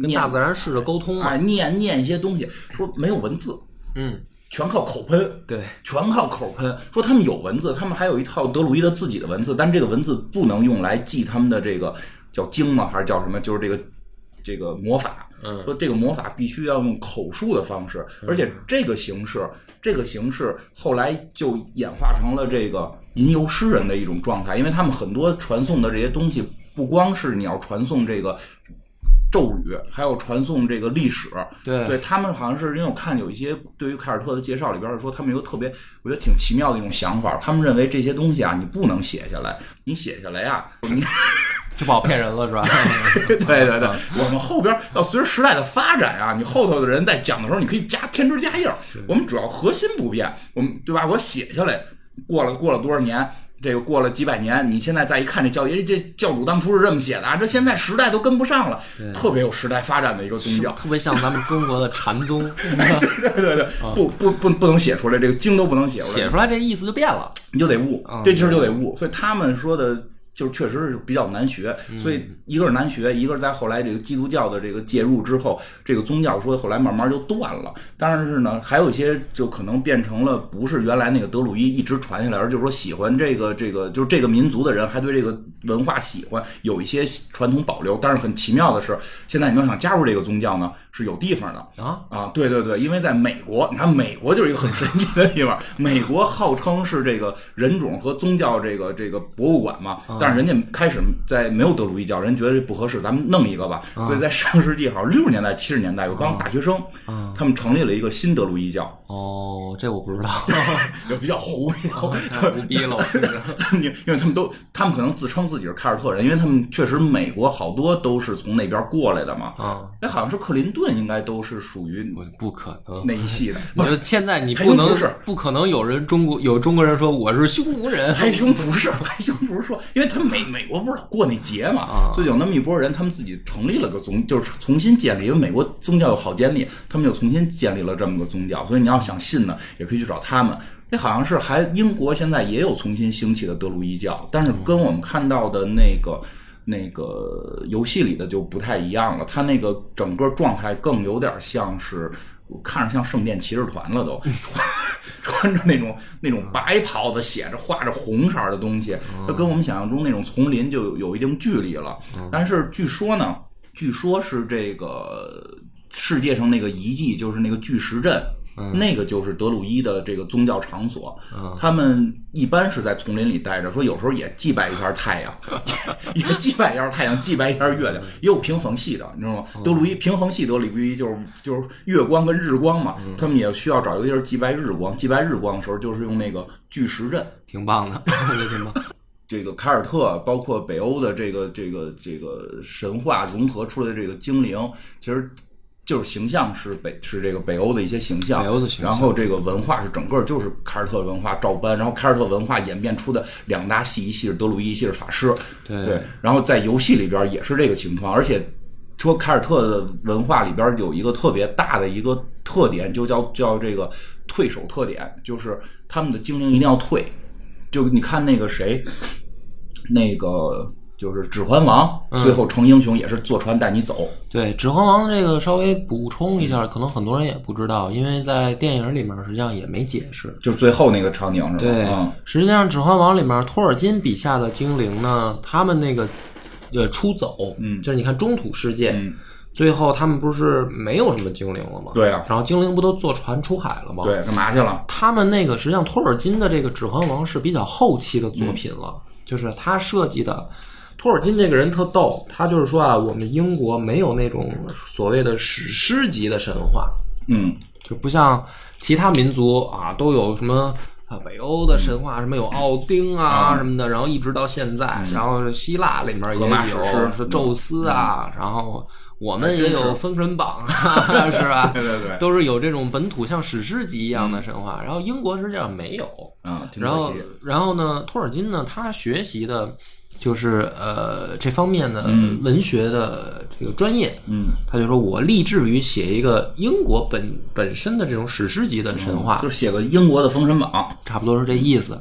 跟
念
大自然试着沟通嘛
啊，念念一些东西，说没有文字，
嗯，
全靠口喷，
对，
全靠口喷。说他们有文字，他们还有一套德鲁伊的自己的文字，但这个文字不能用来记他们的这个叫经吗？还是叫什么？就是这个这个魔法。
嗯
说这个魔法必须要用口述的方式，而且这个形式，这个形式后来就演化成了这个吟游诗人的一种状态，因为他们很多传送的这些东西，不光是你要传送这个咒语，还有传送这个历史，
对
对他们好像是因为我看有一些对于凯尔特的介绍里边儿说，他们有个特别我觉得挺奇妙的一种想法，他们认为这些东西啊，你不能写下来，你写下来呀、
就不好骗人了是吧？
对对对，我们后边儿要随着时代的发展啊，你后头的人在讲的时候，你可以加添枝加叶儿，我们主要核心不变，我们对吧？我写下来，过了过了多少年。这个过了几百年，你现在再一看这教，哎，这教主当初是这么写的啊，这现在时代都跟不上了，特别有时代发展的一个宗教。
特别像咱们中国的禅 宗，
对对对，不不不不能写出来，这个经都不能写出来，
写出来这意思就变了。
你就得悟
嗯，
这其实就得悟。所以他们说的就是确实是比较难学，所以一个是难学，一个是在后来这个基督教的这个介入之后，这个宗教说后来慢慢就断了。但是呢，还有一些就可能变成了不是原来那个德鲁伊一直传下来，而就是说喜欢这个这个就是这个民族的人还对这个文化喜欢，有一些传统保留。但是很奇妙的是，现在你要想加入这个宗教呢，是有地方 的。
啊
啊，对对对，因为在美国，你看美国就是一个很神奇的地方，美国号称是这个人种和宗教这个这个博物馆嘛，但是人家开始在没有德鲁伊教，人觉得这不合适，咱们弄一个吧，所以在上世纪好像六十年代、七十年代有帮大学生，他们成立了一个新德鲁伊教，
哦，这我不知道，
就比较胡聊，
太 胡逼了，我听着
因为因为他们都，他们可能自称自己是凯尔特人，因为他们确实美国好多都是从那边过来的嘛，
啊，
哎，好像是克林顿应该都是属于
我不可能。
那一系的，
我觉得现在你
还
不
真
能
不是
不可能有人中国有中国人说我是匈奴人，
白熊不是，白熊不是说，因为他美美国不是老过那节嘛，
啊
所以有那么一拨人，他们自己成立了个宗，就是重新建立，因为美国宗教有好建立，他们就重新建立了这么个宗教，所以你要想信呢，也可以去找他们。那好像是还英国现在也有重新兴起的德鲁伊教，但是跟我们看到的那个。那个游戏里的就不太一样了，他那个整个状态更有点像是，看着像圣殿骑士团了都， 穿着那种那种白袍子，写着画着红色儿的东西，这跟我们想象中那种丛林就有有一定距离了。但是据说呢，据说是这个世界上那个遗迹，就是那个巨石阵。那个就是德鲁伊的这个宗教场所，他们一般是在丛林里待着，说有时候也祭拜一下太阳， 也祭拜一下太阳，祭拜一下月亮，也有平衡系的，你知道吗？德鲁伊平衡系德鲁伊就是就是月光跟日光嘛，他们也需要找一个地儿祭拜日光，祭拜日光的时候就是用那个巨石阵。
挺棒的，我觉得 挺棒。
这个凯尔特，包括北欧的这个这个这个神话融合出来的这个精灵，其实就是形象是北是这个北欧的一些形象，
北欧的形象
然后这个文化是整个就是凯尔特文化照搬，然后凯尔特文化演变出的两大系，一系是德鲁伊，一系是法师，
对
对，然后在游戏里边也是这个情况，而且说凯尔特的文化里边有一个特别大的一个特点，就叫叫这个退守特点，就是他们的精灵一定要退。就你看那个谁，那个就是《指环王》
嗯
最后成英雄也是坐船带你走，
对《指环王》这个稍微补充一下，可能很多人也不知道，因为在电影里面实际上也没解释。
就最后那个场景是吧？
对，
嗯
实际上《指环王》里面托尔金笔下的精灵呢，他们那个呃出走，
嗯
就是你看中土世界，
嗯
最后他们不是没有什么精灵了吗？
对啊
然后精灵不都坐船出海了吗？。
对，干嘛去了？
他们那个实际
嗯
上托尔金的这个《指环王》是比较后期的作品了，就是他设计的。托尔金这个人特逗，他就是说啊，我们英国没有那种所谓的史诗级的神话，
嗯
就不像其他民族啊都有什么。啊，北欧的神话什么有奥丁啊什么的，然后一直到现在，然后希腊里面也
嗯荷马史诗嗯
有是宙斯啊，然后我们也
真是
有封神榜啊， 是吧？
对对对
都是有这种本土像史诗级一样
嗯
的神话，然后英国实际上没有，
啊，挺
然
可
后
惜。，
然后呢，托尔金呢，他学习的就是呃这方面的
嗯
文学的这个专业，
嗯，
他就说我立志于写一个英国本本身的这种史诗级的神话，
嗯就是写个英国的《封神榜
差不多是这意思。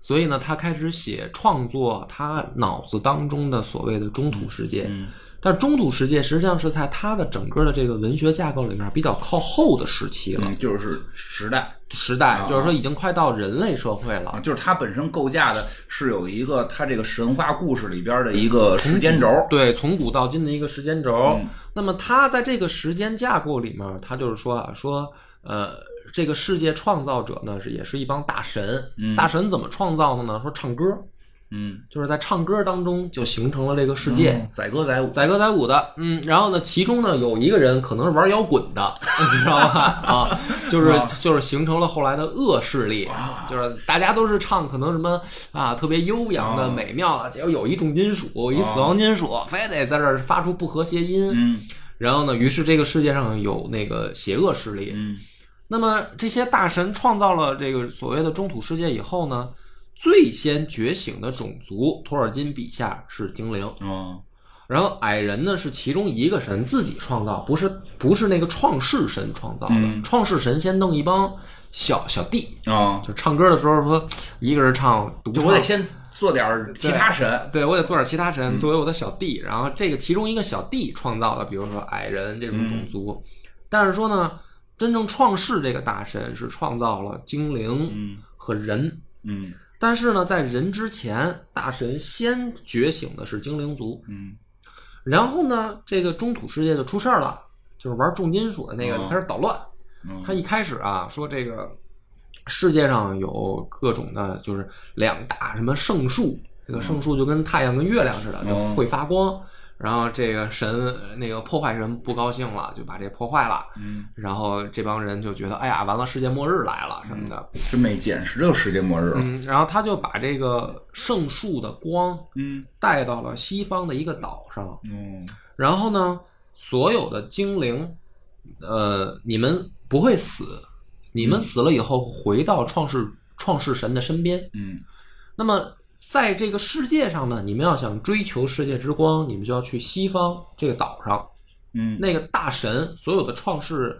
所以呢，他开始写创作他脑子当中的所谓的中土世界，
嗯
但中土世界实际上是在他的整个的这个文学架构里面比较靠后的时期》，了，
嗯，啊就是时代
时代就是说已经快到人类社会了
啊，，就是它本身构架的是有一个它这个神话故事里边的
嗯
一个时间轴，嗯
对，从古到今的一个时间轴。那么它在这个时间架构里面，它就是说啊，说呃，这个世界创造者呢是也是一帮大神，大神怎么创造的呢？说唱歌，
嗯，
就是在唱歌当中就形成了这个世界。
载歌载舞，
载歌载舞的，嗯，然后呢，其中呢有一个人可能是玩摇滚的， 你知道吧？啊，就是就是形成了后来的恶势力，就是大家都是唱可能什么啊特别悠扬的、美妙的，结果有一重金属，一死亡金属，非得在这儿发出不和谐音，
嗯
然后呢，于是这个世界上有那个邪恶势力，
嗯
那么这些大神创造了这个所谓的中土世界以后呢，最先觉醒的种族，托尔金笔下是精灵，
哦
然后矮人呢是其中一个神自己创造，不是不是那个创世神创造的。
嗯
创世神先弄一帮小小弟，
哦，
就唱歌的时候说一个人唱独
就
唱，
我得先嗯做点儿其他神，
对我得做点其他神作为我的小弟。然后这个其中一个小弟创造的，比如说矮人这种种族，
嗯
但是说呢，真正创世这个大神是创造了精灵
嗯
和人，
嗯
但是呢，在人之前，大神先觉醒的是精灵族。
嗯
然后呢，这个中土世界就出事儿了，就是玩重金属的那个
嗯
开始捣乱。
嗯
他一开始啊说这个世界上有各种的，就是两大什么圣树，这个圣树就跟太阳跟月亮似的，
嗯
就会发光。然后这个神那个破坏神不高兴了，就把这破坏了。
嗯，
然后这帮人就觉得，哎呀，完了，世界末日来了什么的。
真没见识，这就世界末日了，
嗯，然后他就把这个圣树的光
嗯
带到了西方的一个岛上，
嗯
然后呢，所有的精灵，呃，你们不会死，你们死了以后回到创世创世神的身边。
嗯
那么在这个世界上呢，你们要想追求世界之光，你们就要去西方这个岛上，
嗯，
那个大神，所有的创世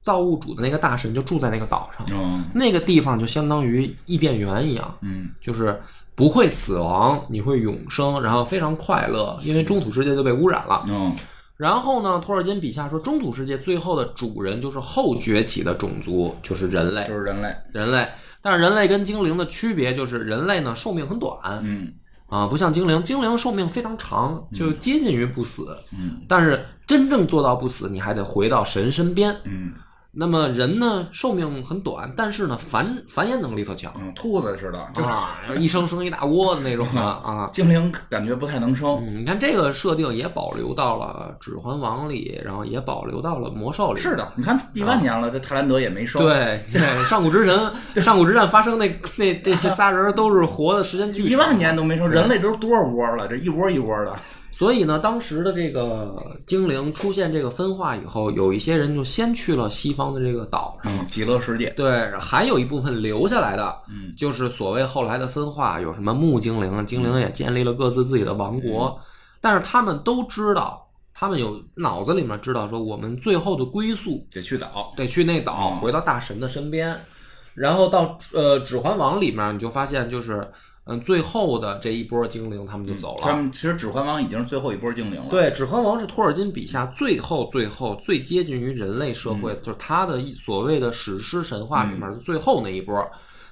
造物主的那个大神就住在那个岛上，
哦
那个地方就相当于伊甸园一样，
嗯
就是。不会死亡，你会永生，然后非常快乐，因为中土世界就被污染了。
哦
然后呢，托尔金笔下说，中土世界最后的主人就是后崛起的种族，就是人类
就。是人类，
人类，但是人类跟精灵的区别就是，人类呢寿命很短
嗯
啊，不像精灵，精灵寿命非常长，就接近于不死。
嗯
但是真正做到不死，你还得回到神身边。
嗯
那么人呢，寿命很短，但是呢繁繁衍能力特强
嗯，兔子似的，就是
啊，一生生一大窝的那种的啊。
精灵感觉不太能生，
嗯，你看这个设定也保留到了《指环王》里，然后也保留到了《魔兽》里。
是的，你看一万年了，这泰兰德也没生，，
啊对对， 上古之神，上古之战发生那那这 些仨人都是活的时间巨
一
长，
万年都没生，人类都多少窝了？这一窝一窝的，
所以呢，当时的这个精灵出现这个分化以后，有一些人就先去了西方的这个岛上，
嗯，极乐世界，
对，还有一部分留下来的，
嗯
就是所谓后来的分化，有什么木精灵，啊精灵也建立了各自自己的王
嗯
国，但是他们都知道，他们有脑子里面知道说，我们最后的归宿
得去岛，
得去那岛，
嗯
回到大神的身边，然后到呃《指环王》里面，你就发现就是，嗯，最后的这一波精灵他们就走
嗯他
了。
们其实《指环王》已经是最后一波精灵了，，
对，《指环王》是托尔金笔下最后、最后、最接近于人类社
嗯
会，就是他的一所谓的史诗神话里面的最后那一波。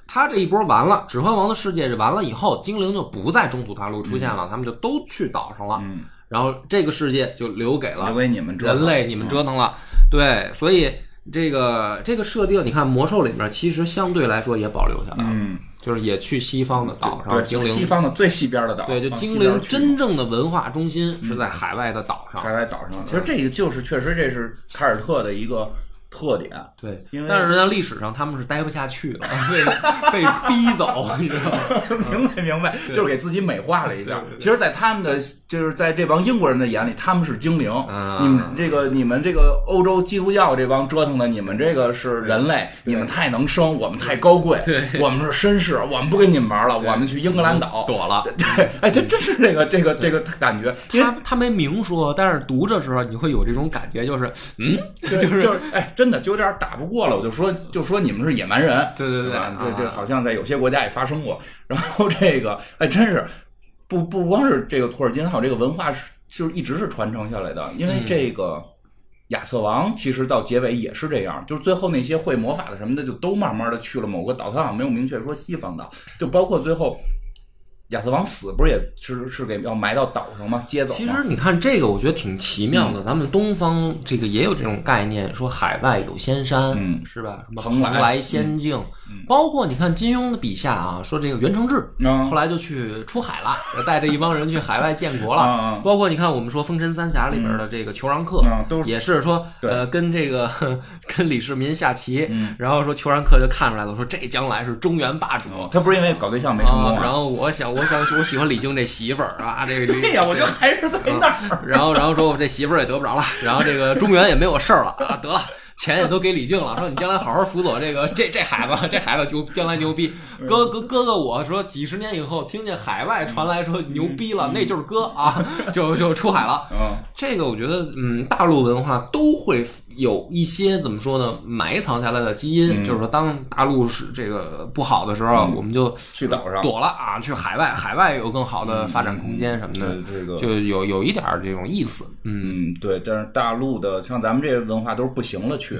他这一波完了，《指环王》的世界完了以后，精灵就不在中土大陆出现了，他们就都去岛上了。
嗯，
然后这个世界就留给了
留给你们折腾嗯
人类，你们折腾了。对，所以这个这个设定，你看魔兽里面其实相对来说也保留下来了。
嗯，
就是也去西方的岛上，
对，
精
西
灵
方的最西边的岛，
对，就
往西
精
边
灵
去嗯
真正的文化中心是在海外的岛上。
还在岛上。其实这个就是确实这是凯尔特的一个 特点，
对
因为，
但是在历史上他们是待不下去了，被被逼走，你知道 吗？
明白明白，就是给自己美化了一下
对对。对
其实，在他们的就是在这帮英国人的眼里，他们是精灵。
啊
嗯你们这个你们这个欧洲基督教这帮折腾的，你们这个是人类，你们太能生，我们太高贵，
对
我们是绅士，我们不跟你们玩了，我们去英格兰
嗯
岛。
躲了。
对，哎，这真是这个这个这个感觉，因为
他他没明说，但是读着时候你会有这种感觉，就是嗯，
对
就是
就是哎，真的就有点打不过了，我就说就说你们是野蛮人，
对对对
对吧
啊
这这好像在有些国家也发生过。 然后这个哎，真是不不光是这个土耳其，还有这个文化是就是一直是传承下来的，因
嗯
为这个。亚瑟王其实到结尾也是这样，就是最后那些会魔法的什么的，就都慢慢的去了某个岛，他好像没有明确说西方岛，就包括最后亚瑟王死不是也是是给要埋到岛上吗？接走吗？
其实你看这个，我觉得挺奇妙的。咱们东方这个也有这种概念，说海外有仙山，
嗯
是吧？什么
蓬莱嗯
莱仙境，包括你看金庸的笔下啊，说这个袁承志
嗯
后来就去出海了，带着一帮人去海外建国
嗯
了
嗯。
包括你看我们说《封神三侠》里边的这个裘然客
嗯都，是
也是说
对嗯
呃跟这个跟李世民下棋，然后说裘然客就看出来了，说这将来是中原霸主。
哦他不是因为搞对象没成功
啊
吗，？
然后我想，我想，我喜欢李靖这媳妇儿啊， 这个这个
哎对呀、我就还是在那儿。
然后，然后说我这媳妇儿也得不着了，然后这个中原也没我事儿了啊，得了，钱也都给李靖了，说你将来好好辅佐这个这这孩子，这孩子就将来牛逼。
嗯
哥哥哥哥，我说几十年以后听见海外传来说牛逼了，那就是哥啊，就就出海了。
嗯，
这个我觉得，嗯，大陆文化都会有一些怎么说呢，埋藏下来的基
嗯
因，就是说，当大陆是这个不好的时候，我们就
去岛上
躲了啊，去海外，海外有更好的发展空间什么的，
对这个
就有有一点儿这种意思， 嗯。
嗯，对，但是大陆的像咱们这些文化都是不行了去，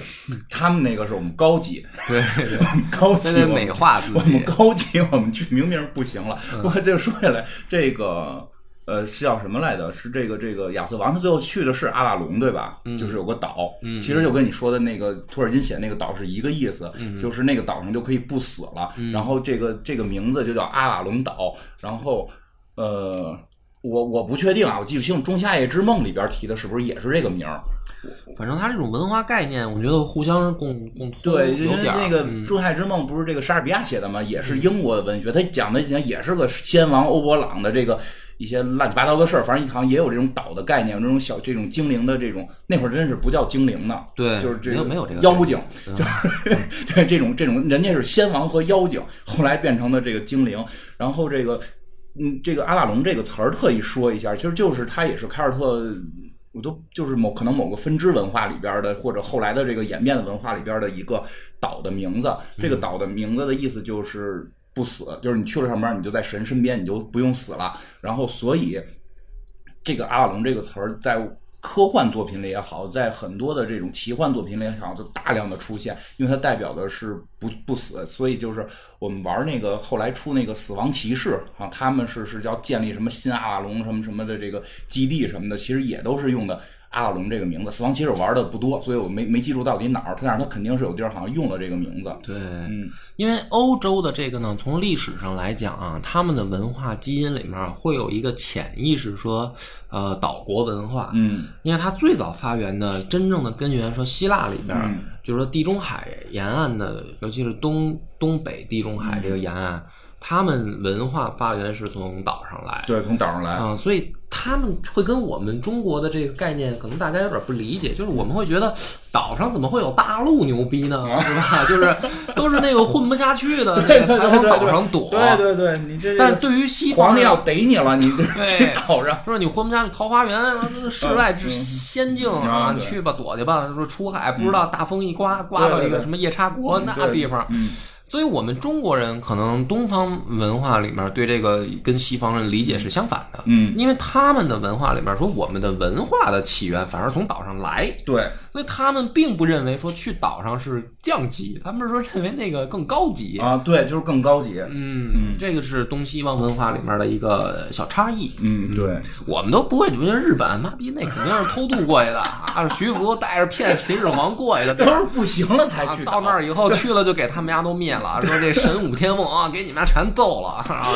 他们那个是我们高级，
对，
我们高
在
级，
那
我
美
们
化自
我们
己，嗯
高级，我们去明明是不行了。我就说下来，这个呃是叫什么来着？是这个这个亚瑟王，他最后去的是阿瓦隆，对吧？
嗯
就是有个岛，其实就跟你说的那个托尔金写的那个岛是一个意思，
嗯
就是那个岛上就可以不死了。然后这个这个名字就叫阿瓦隆岛，然后呃。我我不确定啊，我记不清《仲夏夜之梦》里边提的是不是也是这个名儿？
反正他这种文化概念，我觉得互相是共共通，
对，因
有
为
点儿
那个
嗯
《仲夏夜之梦》不是这个莎士比亚写的吗？也是英国的文学，他讲的也是个先王欧勃朗的这个一些乱七八糟的事儿，反正好像也有这种岛的概念，这种小这种精灵的这种，那会儿真是不叫精灵呢，
对
就是这
没有没有这个
妖精，
嗯
就是对 这种这种人家是先王和妖精，后来变成了这个精灵，然后这个嗯，这个阿瓦隆这个词儿特意说一下，其实就是它也是凯尔特。我都就是某可能某个分支文化里边的，或者后来的这个演变的文化里边的一个岛的名字。这个岛的名字的意思就是不死，就是你去了上面，你就在神身边，你就不用死了。然后，所以这个阿瓦隆这个词儿在科幻作品里也好，在很多的这种奇幻作品里也好，就大量的出现，因为它代表的是不不死，所以就是我们玩那个后来出那个死亡骑士啊，他们是是要建立什么新阿瓦隆什么什么的这个基地什么的，其实也都是用的。阿瓦隆这个名字，死亡骑士玩的不多，所以我没没记住到底哪儿，但是它肯定是有地儿好像用了这个名字。
对，
嗯，
因为欧洲的这个呢，从历史上来讲啊，他们的文化基因里面会有一个潜意识说，呃，岛国文化，
嗯，
因为它最早发源的真正的根源，说希腊里边，
嗯
就是说地中海沿岸的，尤其是东东北地中海这
嗯
个沿岸，他们文化发源是从岛上来，
对，从岛上来。
啊、所以他们会跟我们中国的这个概念，可能大家有点不理解，就是我们会觉得岛上怎么会有大陆牛逼呢？
啊
是吧？ 就是都是那个混不下去 的，那个才往岛上躲。
对对对，你这
但是对于西
皇
方
帝
人
要逮你了，你这去
对
岛上。
说你混不下去，桃花 源，然后那个世外之仙境啊，
嗯
你
对
去吧，躲去吧。说出海不知道大风一刮，刮到一
嗯对对
个
对
什么夜叉国那
对
地方，
嗯，
所以我们中国人可能东方文化里面对这个跟西方人理解是相反的，
嗯
因为他们的文化里面说我们的文化的起源反而从岛上来，
对，
所以他们并不认为说去岛上是降级，他们是说认为那个更高级。
啊，对，就是更高级。
嗯，这个是东西方文化里面的一个小差异。
嗯，对，
我们都不会觉得日本妈逼那肯定是偷渡过去的啊，徐福带着骗秦始皇过去的，
都是不行了才
啊
去，
到那儿以后去了就给他们家都灭了， 了，说这神武天梦啊，给你们全揍了啊，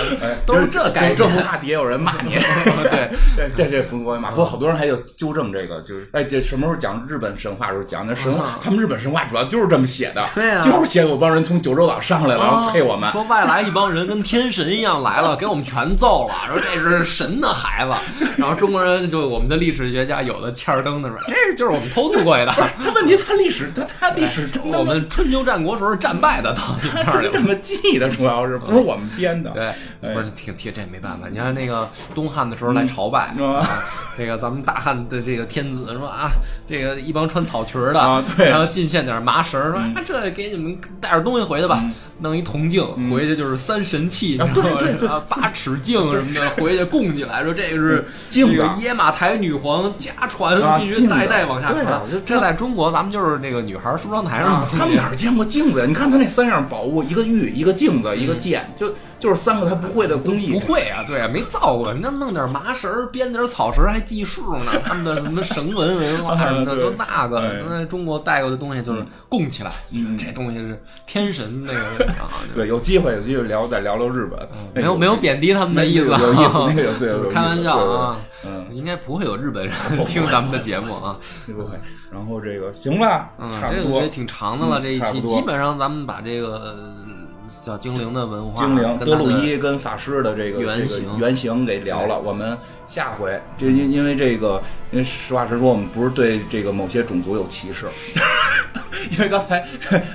都
哎是
是这改
这
编
不。怕底下有人 骂你。
对，
这这这不会骂，不过好多人还有纠正这个，就是哎，这什么时候讲日本神话的时候讲那神话，他们日本神话主要就是这么写的，
对啊
就是写有帮人从九州岛上来了，然后配我们
啊，说外来一帮人跟天神一样来了，给我们全揍了，说这是神的孩子。然后中国人就我们的历史学家有的欠儿登的说，这就是我们偷渡 过去的，
他问题他历史他他历史真他
哎我
妈
们春秋战国时候战败的到你们这
他
儿来
真
了
这。么记的，主要是不是我们编的，
嗯对，
哎
不是挺挺这也没办法。你看那个东汉的时候来朝拜，
嗯
啊，那个咱们大汉的这个天子说啊，这个一帮穿草裙儿的，
啊对嗯
然后进献点麻绳儿，说啊，这给你们带点东西回去吧，弄一铜镜
嗯
回去就是三神器，然后啊八尺镜什么的回去供起来，说这个是
嗯镜子
这个野马台女皇家传
啊，
必须
镜子
代代往下
对啊
传
我就。
这在中国咱们就是那个女孩儿梳妆台上
啊
弄，去，
他们哪儿见过镜子呀？你看他那三样宝物，一个玉，一个镜子，一个剑，就就是三个他不会的工艺
嗯不。会啊，对啊，没造过，那弄点麻绳儿编点草绳儿还计数 呢，他们的什么绳文文化什么的
啊对
都那个
哎。
那中国带过的东西就是供起来，
嗯
这东西是天神那个 啊，就是
对，有机会有机会聊再聊聊日本，
嗯没
哎那
有
个
没有贬低他们的意思啊，
有意思，那个有对，有
就是
有
开玩
意思
笑
对对
啊，
对嗯，
应该不会有日 本人听咱们的节目啊，
对不会。然后这个行吧，
嗯，
差
这
不
个我
多
觉得。挺长的了，
嗯
这一
差
期
不多
基本上咱们把这个呃小精灵的文化，
精灵
跟
德
它
鲁
的
伊跟法师的这个
原
这个
型
原型给聊了。我们下回这因因为这个，因为实话实说，我们不是对这个某些种族有歧视。 因为刚才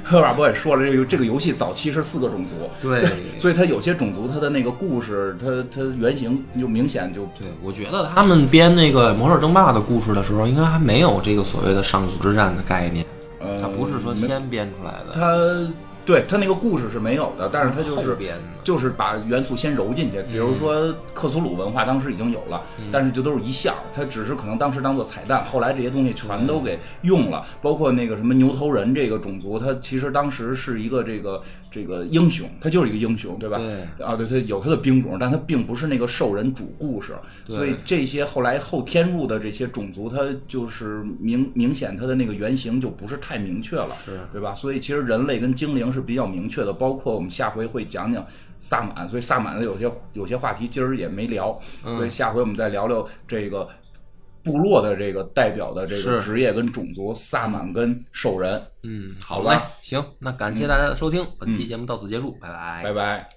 赫尔波也说了，这个这个游戏早期是四个种族，
对。
所以它有些种族它的那个故事，它它原型就明显就
对，我觉得他们编那个《魔兽争霸》的故事的时候，应该还没有这个所谓的上古之战的概念，
呃，
它不是说
没
先编出来的，
它对它那个故事是没有的，但是它就
后
是
编的。嗯
就是把元素先揉进去，比如说克苏鲁文化当时已经有了，但是就都是一项，它只是可能当时当做彩蛋，后来这些东西全都给用了，
嗯
包括那个什么牛头人这个种族，它其实当时是一个这个这个英雄，它就是一个英雄，对吧？
对
啊，对，它有它的兵种，但它并不是那个兽人主故事，
对
所以这些后来后添入的这些种族，它就是明明显它的那个原型就不是太明确了，
是
对吧？所以其实人类跟精灵是比较明确的，包括我们下回会讲讲萨满，所以萨满的有些有些话题今儿也没聊，
嗯
所以下回我们再聊聊这个。部落的这个代表的这个
是
职业跟种族，萨满跟兽人，
嗯，好
好嗯
嘞
吧，
行，那感谢大家的收听，本期节目到此结束，拜拜
拜拜。